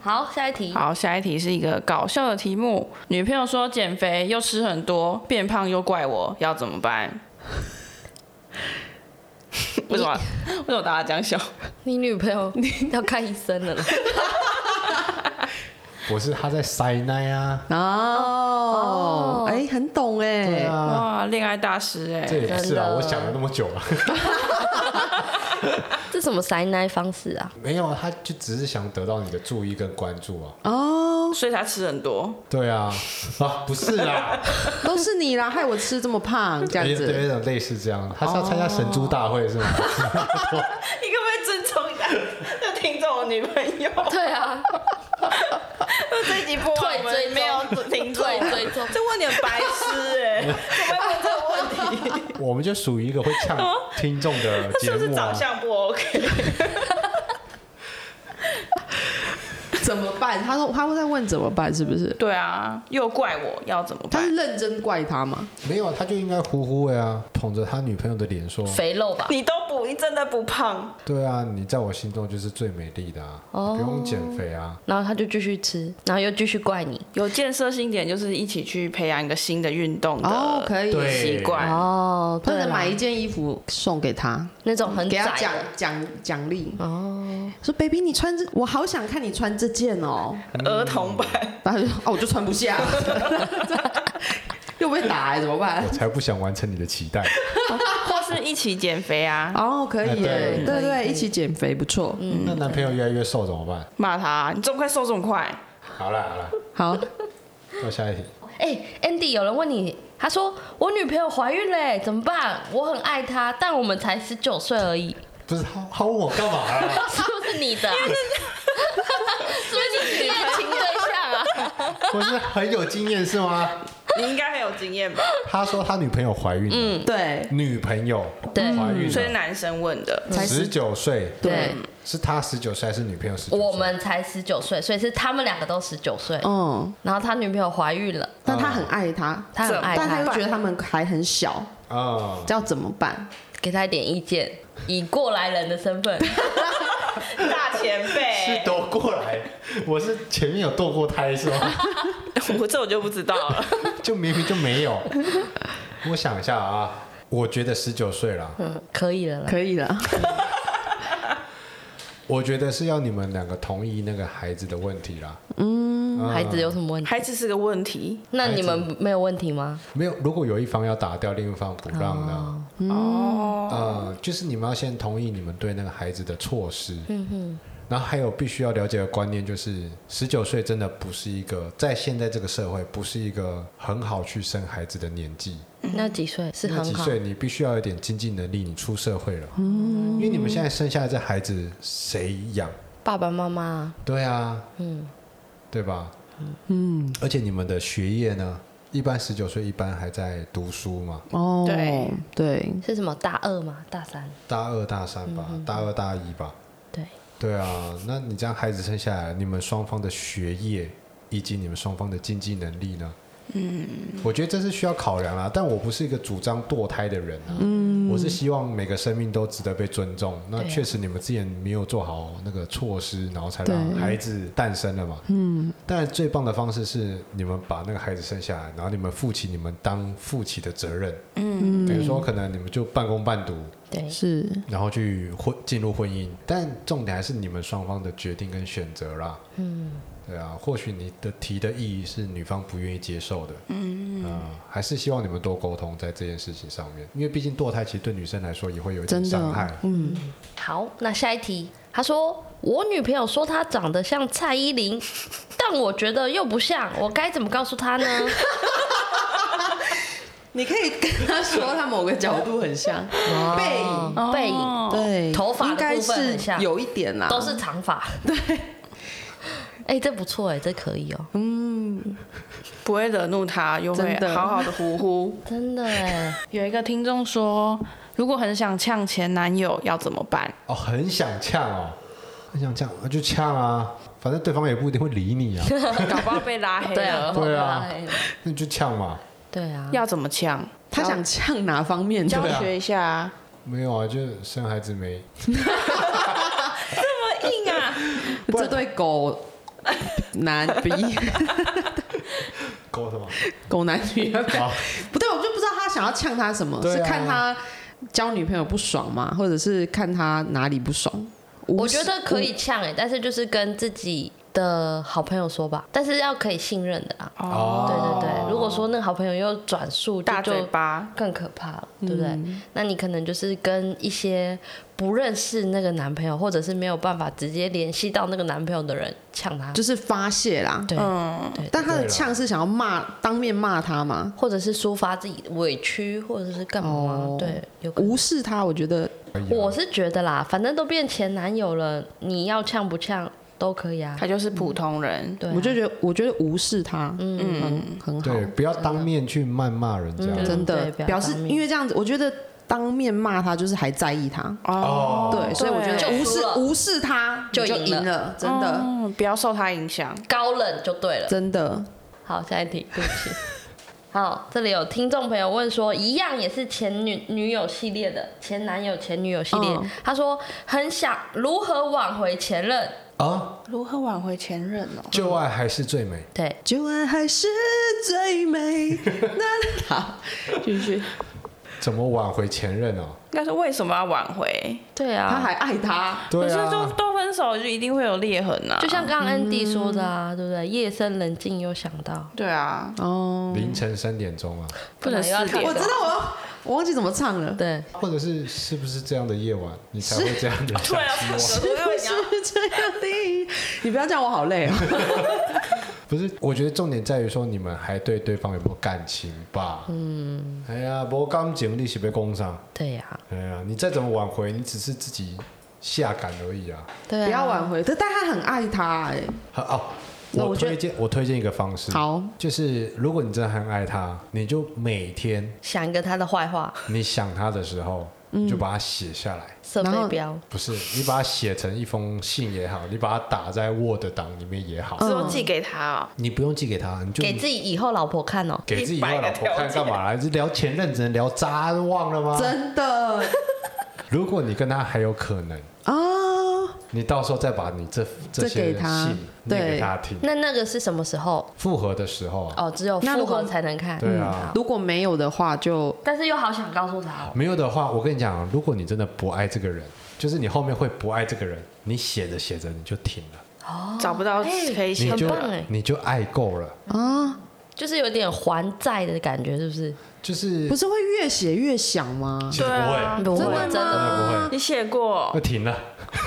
S4: 好，下一题。
S5: 好，下一题是一个搞笑的题目。女朋友说减肥又吃很多，变胖又怪我，要怎么办？ 为什么？为什么大家这样笑？
S4: 你女朋友 要看医生了啦。
S1: 我是他在塞奶啊，
S2: 哦，哎，很懂
S1: 对
S2: 哎，
S1: 啊，
S5: 哇，恋爱大师哎、
S1: 这也不
S4: 真
S1: 是啊，
S4: 的
S1: 我想了那么久了，
S4: 这什么塞奶方式啊？
S1: 没有，他就只是想得到你的注意跟关注啊，
S2: 哦，
S5: 所以他吃很多。
S1: 对啊，啊，不是啦，
S2: 都是你啦，害我吃这么 胖，这样
S1: 有有
S4: 啊
S2: 子。
S1: 有点类似这样，他是要参加神猪大会是吗？
S5: 哦你可不可以尊重一下 这听众我女朋 友？
S4: 对啊，
S5: 这一集播完我
S4: 退追踪
S5: 们没有听众，
S4: 退追踪
S5: 这问你很白痴哎、 怎么会问这个问题？
S1: 我们就属于一个会呛听众的
S5: 他
S1: 节
S5: 哦是不是
S1: 目
S5: 长
S1: 啊，
S5: 相不 OK？
S4: 啊
S2: 怎么办？他说他会在问怎么办，是不是？
S5: 对啊，又怪我要怎么
S2: 他
S5: 办
S2: 是？认真怪他吗？
S1: 没有，啊他就应该呼呼的啊，捧着他女朋友的脸说，
S4: 肥肉吧？
S5: 你都不，你真的不胖，
S1: 对啊，你在我心中就是最美丽的啊，
S4: 哦
S1: 不用减肥啊，
S4: 然后他就继续吃，然后又继续怪你。
S5: 有建设性点就是一起去培养一个新的运动
S4: 呃
S2: 哦，
S5: 的
S2: 可以，
S1: 对
S5: 习惯。
S4: 哦，
S2: 或
S4: 啦
S2: 者买一件衣服送给他，
S4: 那种很
S2: 给他
S4: 窄
S2: 奖
S4: 的，
S2: 奖奖励。
S4: 哦，
S2: 说 baby，你穿这，我好想看你穿这件哦。
S5: 儿童版，
S2: 然后他就说哦，我就穿不下， 又被打、欸，怎么办
S1: 我？才不想完成你的期待。
S5: 或是一起减肥啊，
S2: 哦，可以耶，对
S1: 哎对
S4: 可以可
S2: 对，
S4: 以
S2: 一起减肥不错。
S4: 嗯
S1: 那男朋友越来越瘦怎么办？
S5: 骂他，你这么快瘦这么快，
S1: 好了好了，
S2: 好，
S1: 到下一题。
S4: 哎、a n d y 有人问你，他说我女朋友怀孕嘞，怎么办？我很爱她，但我们才十九岁而已，
S1: 不是他他问我干嘛啊？
S4: 是不是你的、啊？ 是不是你的情对象啊？
S1: 我是很有经验是吗？
S5: 你应该很有经验吧？
S1: 他说他女朋友怀孕了，
S2: 对
S1: 女朋友
S4: 嗯对
S1: 怀孕
S5: 所以
S1: 了，
S5: 是男生问的，
S2: 才
S1: 十九岁，
S4: 对，
S1: 是他十九岁还是女朋友十九？
S4: 我们才十九岁，所以是他们两个都十九岁，
S2: 嗯，
S4: 然后他女朋友怀孕了，
S2: 但他很爱他，
S4: 他很爱
S2: 但他又
S4: 她，
S2: 觉得他们还很小，
S1: 啊，
S2: 这要怎么办？
S4: 给他一点意见，以过来人的身份，
S5: 大前
S1: 是
S5: 辈，
S1: 夺过来，我是前面有堕过胎是吗？
S5: 我这我就不知道了。
S1: 就明明就没有。我想一下啊，我觉得十九岁了，
S4: 嗯，可以了啦。
S2: 可以了，
S1: 我觉得是要你们两个同意那个孩子的问题啦。嗯
S4: 孩子有什么问题？
S5: 孩子是个问题
S4: 那你们没有问题吗？
S1: 没有，如果有一方要打掉，另一方不让呢？
S5: 哦，
S1: 呃，就是你们要先同意你们对那个孩子的措施。嗯然后还有必须要了解的观念就是，十九岁真的不是一个在现在这个社会不是一个很好去生孩子的年纪。
S4: 那几岁是
S1: 那
S4: 很
S1: 几
S4: 好，
S1: 岁你必须要有点经济能力，你出社会了。嗯。因为你们现在生下来这孩子谁养？
S4: 爸爸妈妈
S1: 对啊。嗯。对吧？嗯。而且你们的学业呢？一般十九岁一般还在读书嘛，
S2: 哦，
S5: 对
S2: 对，
S4: 是什么大二吗？大三？
S1: 大二大三吧，大二大一吧。
S4: 对，
S1: 嗯对啊，那你这样孩子生下来，你们双方的学业以及你们双方的经济能力呢？嗯，我觉得这是需要考量啊。但我不是一个主张堕胎的人啊，嗯，我是希望每个生命都值得被尊重。那
S4: 对
S1: 确实你们之前没有做好那个措施，然后才让孩子诞生了嘛。嗯，但最棒的方式是你们把那个孩子生下来，然后你们负起你们当负起的责任。嗯，比如说可能你们就半工半读，
S4: 对，
S2: 是，
S1: 然后去婚进入婚姻，但重点还是你们双方的决定跟选择啦。嗯，对啊，或许你的提的意义是女方不愿意接受的。嗯、还是希望你们多沟通在这件事情上面，因为毕竟堕胎其实对女生来说也会有一点
S2: 真
S1: 伤害
S2: 的。，嗯，
S4: 好，那下一题，他说我女朋友说她长得像蔡依林，但我觉得又不像，我该怎么告诉她呢？
S2: 你可以跟他说他某个角度很像背影，
S4: 哦背影
S5: 哦
S2: 对，
S4: 头发的
S2: 应该
S4: 部分很
S2: 是
S4: 像
S2: 有一点啦，
S4: 都是长发，对。哎、这不错哎、这可以哦、
S5: 不会惹怒他，又会
S2: 真的
S5: 好好的呼呼。
S4: 真的哎、
S5: 有一个听众说，如果很想呛前男友要怎么办？
S1: 哦，很想呛哦，很想呛，那就呛啊！反正对方也不一定会理你 啊，
S5: 搞不好被拉黑
S4: 对啊，
S5: 了。
S1: 对啊
S4: 后来
S1: 那你就呛嘛。
S4: 对啊，
S5: 要怎么呛？
S2: 他想呛哪方面
S5: 教
S2: 的？
S1: 对啊
S5: 学一下啊，
S1: 没有啊，就是生孩子没，
S5: 这么 硬啊！
S1: 不
S2: 这
S1: 然
S2: 对狗男比
S1: 狗什么？
S2: 狗男女 啊
S1: 好，
S2: 不对，我就不知道他想要呛他什么，
S1: 对啊
S2: 是看他交女朋友不爽吗？或者是看他哪里不爽？
S4: 我
S2: 无视
S4: 觉得可以呛哎、但是就是跟自己的好朋友说吧，但是要可以信任的啊。
S1: 哦
S4: 对对对，如果说那个好朋友又转述，
S5: 大
S4: 就
S5: 嘴巴，
S4: 更可怕了，
S2: 嗯
S4: 对不对？那你可能就是跟一些不认识那个男朋友，或者是没有办法直接联系到那个男朋友的人呛他，
S2: 就是发泄啦。
S4: 对，
S5: 嗯，
S4: 对
S2: 但他的
S1: 对啦
S2: 呛是想要骂，当面骂他吗？
S4: 或者是抒发自己委屈，或者是干嘛？
S2: 哦嗯
S4: 对，有可能。
S2: 无视他，我觉得
S1: 哎
S4: 我是觉得啦，反正都变前男友了，你要呛不呛都可以啊。
S5: 他就是普通人。
S4: 对啊
S2: 我就觉得，我觉得无视他，嗯，很好，
S1: 对，不要当面去谩骂人家，
S4: 嗯
S2: 真的
S4: 对不要
S2: 表示
S4: 当，面
S2: 因为这样子，我觉得当面骂他就是还在意他，
S5: 嗯
S1: 哦
S2: 对，所以我觉
S4: 就输
S2: 得无视
S4: 了
S2: 无视他
S4: 就
S2: 你就
S4: 赢了
S2: 赢了，真的
S5: 嗯，不要受他影响。
S4: 高冷就对了。
S2: 真的，
S4: 好，下一题，对不起。 好，这里有听众朋友问说，一样也是前女女友系列的，前男友、前女友系列。
S2: 嗯
S4: 他说很想如何挽回前任，
S1: 啊，
S5: 如何挽回前任哦？
S1: 旧爱还是最美。
S4: 对，
S2: 旧爱还是最美。那好，继续，
S1: 怎么挽回前任哦？
S5: 应该是为什么要挽回？
S4: 对
S2: 他
S4: 啊，
S2: 还爱他，
S5: 可
S1: 对
S5: 是就
S1: 啊，
S5: 都分手就一定会有裂痕啊。
S4: 就像刚刚 Andy 说的
S5: 嗯
S4: 啊，对不对？夜深人静又想到，
S5: 对 啊，
S2: 哦，
S1: 凌晨三点钟啊，
S5: 不能
S4: 干嘛又要
S5: 撕
S4: 看
S5: 裂
S2: 我知道我要，我忘记怎么唱了。
S4: 对，
S1: 或者是是不是这样的夜晚，你才会这样的
S5: 突然要
S1: 想
S5: 放
S1: 希望
S5: 手，啊我以为你
S2: 是
S5: 要
S2: 这样的， 你不要这样，我好累哦。
S1: 不是，我觉得重点在于说你们还对对方有没有感情吧？嗯，哎呀，无感情你是被攻上，
S4: 对呀、
S1: 哎呀，你再怎么挽回，你只是自己下感而已啊。
S4: 对、啊，
S2: 不要挽回，但但他很爱他哎。
S1: 好哦，
S2: 那
S1: 我
S2: 我觉得
S1: 推荐我推荐一个方式，
S2: 好，
S1: 就是如果你真的很爱他，你就每天
S4: 想一个他的坏话，
S1: 你想他的时候，
S2: 嗯
S1: 你就把它写下来。
S4: 设
S2: 然后
S4: 飞镖，
S1: 不是，你把它写成一封信也好，你把它打在 Word 档里面也好，
S5: 只有寄给他哦。
S1: 你不用寄给他，你就
S4: 给自己以后老婆看哦。
S1: 给自己的老婆看干嘛啦？是聊前任只能聊渣，忘了吗？
S2: 真的
S1: 如果你跟他还有可能，
S2: 啊，
S1: 你到时候再把你这这
S2: 这
S1: 些
S2: 给他
S1: 信念给
S2: 对
S1: 他听。
S4: 那那个是什么时候？
S1: 复合的时候啊，
S4: 哦，只有
S2: 那
S4: 复
S2: 如果
S4: 合才能看。嗯
S1: 对啊，
S2: 如果没有的话就
S4: 但是又好想告诉他哦。
S1: 没有的话，我跟你讲，啊如果你真的不爱这个人，就是你后面会不爱这个人，你写着写着你就停了，
S5: 找不到可以
S1: 你
S5: 写
S4: 很
S1: 就
S4: 棒哎
S1: 你就爱够了，
S2: 啊，
S4: 就是有点还债的感觉，是不是？
S1: 就是
S2: 不是会越写越想吗？
S1: 其实不会，
S4: 不
S1: 真
S4: 会
S1: 的
S4: 真的
S1: 不会。
S5: 你写过
S2: 哦
S1: 那？停了，
S4: 真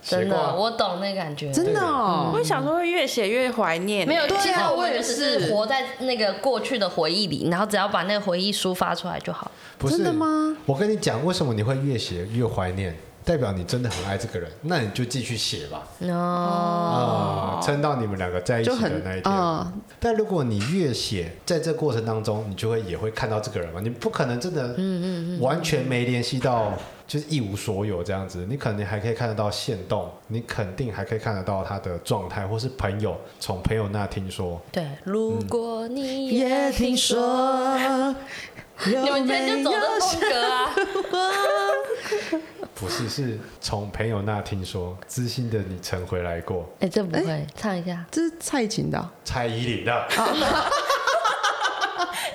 S1: 写过啊
S4: 的，我懂那感觉。
S2: 真的哦
S5: 我，想说会越写越怀念。
S4: 没有，
S2: 对啊
S4: 其实
S2: 我
S4: 们
S2: 也
S4: 只是
S2: 是
S4: 活在那个过去的回忆里，然后只要把那个回忆抒发出来就好。
S1: 不是
S2: 真的吗？
S1: 我跟你讲，为什么你会越写越怀念？代表你真的很爱这个人，那你就继续写吧，
S4: 哦，
S1: 啊、撑到你们两个在一
S2: 就
S1: 起的
S2: 很
S1: 那一天。
S2: 啊，
S1: 但如果你越写，在这过程当中，你就会也会看到这个人嘛，你不可能真
S2: 嗯
S1: 的，完全没联系到，就是一无所有这样子。你肯定还可以看得到线动，你肯定还可以看得到他的状态，或是朋友从朋友那听说，
S4: 对，如果你
S2: 也听，说
S4: 你
S2: 有
S4: 们今
S2: 没
S4: 天就
S2: 有
S4: 走的风格啊，
S1: 不是，是从朋友那听说，知心的你曾回来过，
S4: 哎，这不会唱一下，
S2: 这是蔡琴的哦
S1: 蔡依林啊 的，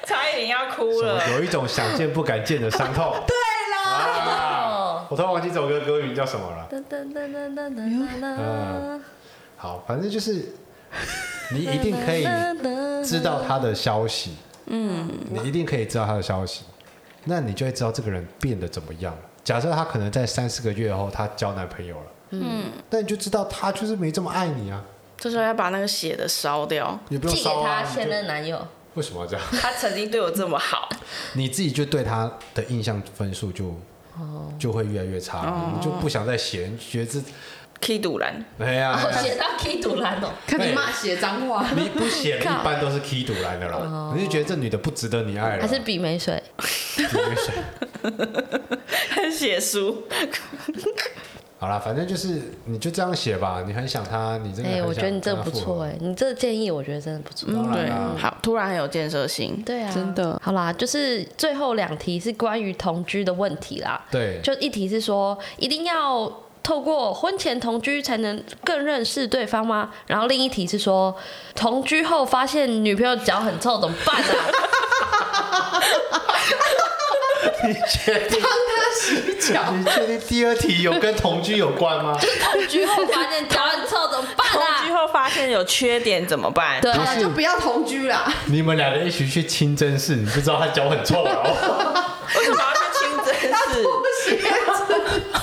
S5: 蔡依林要哭
S1: 什么
S5: 了。
S1: 有一种想见不敢见的 伤痛。对啦，我突然忘记这首歌歌名叫什么了。
S4: 噔噔噔噔噔噔
S1: 呃
S4: 噔
S1: 好，反正就是你一定可以知道他的消息，嗯，你一定可以知道他的消息，那你就会知道这个人变得怎么样了。假设他可能在三四个月后，她交男朋友了，嗯，那你就知道他就是没这么爱你啊，
S5: 这时候要把那个写的烧掉。
S1: 你不用
S4: 寄给
S1: 烧
S4: 他
S1: 啊你就
S4: 现任男友，
S1: 为什么要这样？
S5: 他曾经对我这么好，
S1: 你自己就对他的印象分数就
S4: 哦
S1: 就会越来越差，你就不想再写，你觉得自
S5: 可以堵 拦。
S1: 哎呀，
S4: 哦，写到 K 堵拦哦，
S2: 看你骂写脏 话，
S1: 你 不写的一般都是 key 堵来的啦，你就觉得这女的不值得你爱了，
S4: 哦还是 笔没水？
S1: 你没水
S5: 写书，
S1: 好啦，反正就是你就这样写吧，你很想他，你真的
S4: 哎、
S1: 很想
S4: 我觉得你这
S1: 跟
S4: 个
S1: 他
S4: 不
S1: 复合
S4: 错哎、嗯你这个建议我觉得真的不错。
S1: 当然
S5: 对
S2: 啊
S1: 啦，
S5: 好，突然很有建设性。
S4: 对啊，
S2: 真的
S4: 好啦，就是最后两题是关于同居的问题啦。
S1: 对，
S4: 就一题是说一定要透过婚前同居才能更认识对方吗？然后另一题是说同居后发现女朋友脚很臭怎么办啊？
S1: 你确定
S2: 他洗脚，
S1: 你确定第二题有跟同居有关 吗？
S4: 同居后发现脚很臭怎么办
S5: 同居
S4: 啊？
S5: 后发现有缺点怎么办？
S4: 对
S2: 好
S4: 啊
S2: 了，就不要同居啦。
S1: 你们两个一起去清真寺，你不知道他脚很臭哦。
S5: 为什么要去清真寺？
S2: 为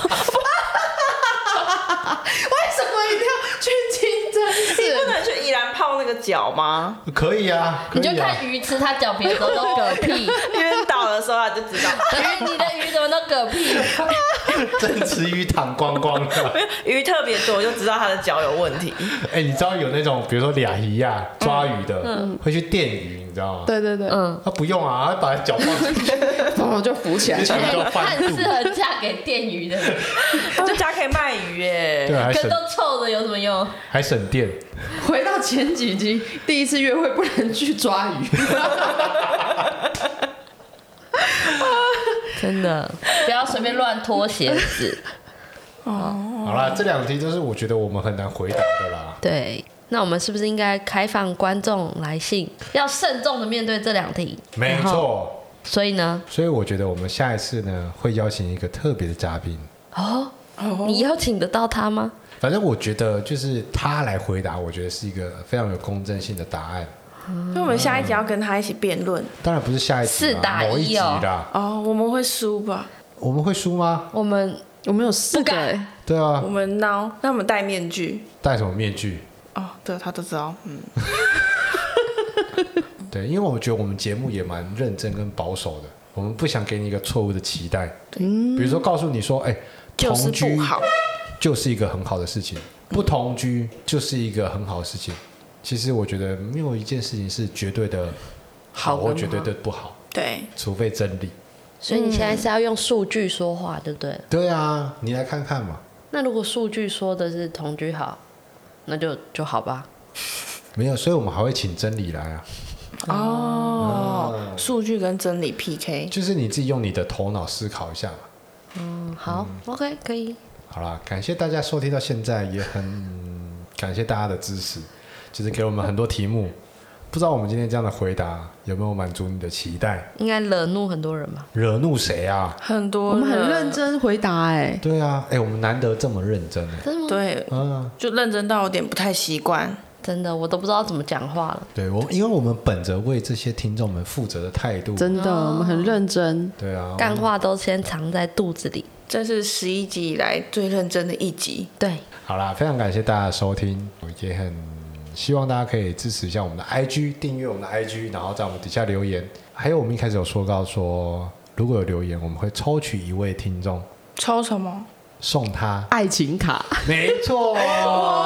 S2: 什么一定要去清真寺？
S5: 你不能去宜兰泡那个脚吗？
S1: 可以啊，可
S4: 你就
S1: 以啊
S4: 看。鱼吃它脚皮的时候都嗝屁，
S5: 晕倒的时候他就知道，
S4: 鱼你的鱼怎么都嗝 屁？
S1: 郑池鱼躺光光了。
S5: 鱼特别多就知道他的脚有问题。
S1: 哎、你知道有那种，比如说俩鱼呀抓鱼的，会去电鱼，你知道吗？
S2: 对对对，
S4: 嗯，
S1: 他不用啊，他把脚放进去，
S2: 然后我哎就浮起来
S1: 就。全 部都
S4: 很
S1: 翻肚。
S4: 适合嫁给电鱼的，
S5: 他们家可以卖鱼耶、
S1: 对，还
S4: 可是
S1: 省
S4: 都臭的有什么用？
S1: 还省电。
S2: 回到前几集，第一次约会不能去抓鱼，
S4: 真的， 不要随便乱脱鞋子。
S1: 好
S4: 哦
S1: 啦，这两题都是我觉得我们很难回答的啦。
S4: 对，那我们是不是应该开放观众来信？要慎重的面对这两题。
S1: 没
S4: 然后。
S1: 错，
S4: 所以呢，
S1: 所以我觉得我们下一次呢会邀请一个特别的嘉宾。
S4: 哦，你邀请得到他吗？
S1: 反正我觉得就是他来回答，我觉得是一个非常有公正性的答案。
S5: 所以我们下一集要跟他一起辩论
S1: 当然不是下一集啦
S4: 四打一哦
S1: 某一集啦。
S5: 哦，我们会输吧？
S1: 我们会输吗？
S4: 我们
S2: 我们有四个、欸，
S1: 对啊
S5: 我，们孬，那我们戴面具
S1: 戴什么面具？
S5: 哦，对他都知道，嗯，
S1: 对，因为我觉得我们节目也蛮认真跟保守的，我们不想给你一个错误的期待。比如说告诉你说，哎、
S5: 就是
S1: 同居
S5: 不好，嗯
S1: 就是一个很好的事情，不同居就是一个很好的事情。其实我觉得没有一件事情是绝对的好
S5: 好跟
S1: 或绝对的不好，
S5: 对，
S1: 除非真理。
S4: 所以你现在是要用数据说话，对不对？
S1: 对啊，你来看看嘛，
S4: 那如果数据说的是同居好，那就就好吧。
S1: 没有，所以我们还会请真理来啊，
S5: 哦，数据跟真理 PK，
S1: 就是你自己用你的头脑思考一下嘛。
S4: 嗯，好，OK，可以。
S1: 好啦，感谢大家收听到现在，也很感谢大家的支持，就是给我们很多题目。不知道我们今天这样的回答有没有满足你的期待？
S4: 应该惹怒很多人吧？
S1: 惹怒谁啊？
S5: 很多
S2: 我们很
S5: 人
S2: 认，真回答、欸，
S1: 对啊，哎、我们难得这么认真哎、
S4: 真的吗？
S5: 对，
S1: 嗯，
S5: 就认真到有点不太习惯，
S4: 真的，我都不知道怎么讲话了。
S1: 对我，因为我们本着为这些听众们负责的态度，
S2: 真的，我们很认真。
S1: 对啊，
S4: 干话都先藏在肚子里。
S5: 这是十一集以来最认真的一集。
S4: 对，
S1: 好啦，非常感谢大家的收听，我也很希望大家可以支持一下我们的 IG，订阅我们的 IG，然后在我们底下留言。还有我们一开始有说到说，如果有留言，我们会抽取一位听众
S5: 抽什么？
S1: 送他，
S2: 爱情卡，
S1: 没错，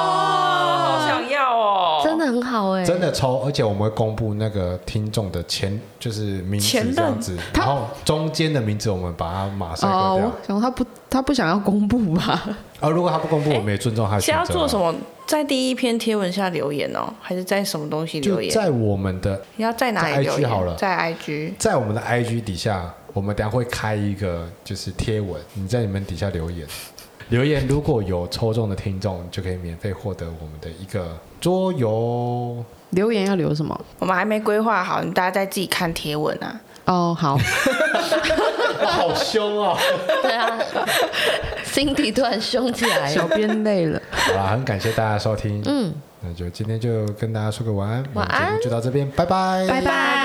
S5: 好想要哦！
S4: 真的很好哎、
S1: 真的抽，而且我们会公布那个听众的前就是名
S5: 前
S1: 字
S5: 任
S1: 这样子，然后中间的名字我们把它马赛克掉
S2: 哦，。我想他不，他不想要公布吧？
S1: 而、如果他不公布，我们也尊重他的
S5: 是
S1: 选择啊。
S5: 要做什么？哎在第一篇贴文下留言哦，还是在什么东西留
S1: 就
S5: 言？
S1: 在我们的
S5: 你要在哪里留
S1: 在 IG
S5: 言？
S1: 好了
S5: 在 IG。
S1: 在我们的 IG 底下，我们等一下会开一个就是贴文，你在你们底下留言，留言如果有抽中的听众，就可以免费获得我们的一个桌 游。
S2: 留言要留什么？
S5: 我们还没规划好，你大家再自己看贴文啊。
S2: 哦，好，
S1: 好凶哦！
S4: 对啊， 心底突然凶起来
S2: 小
S4: 了。
S2: 编累了，
S1: 好啦，很感谢大家收听，
S4: 嗯，
S1: 那就今天就跟大家说个晚安，我
S4: 晚
S1: 们
S4: 安
S1: 节目就到这边，拜拜，
S2: 拜拜。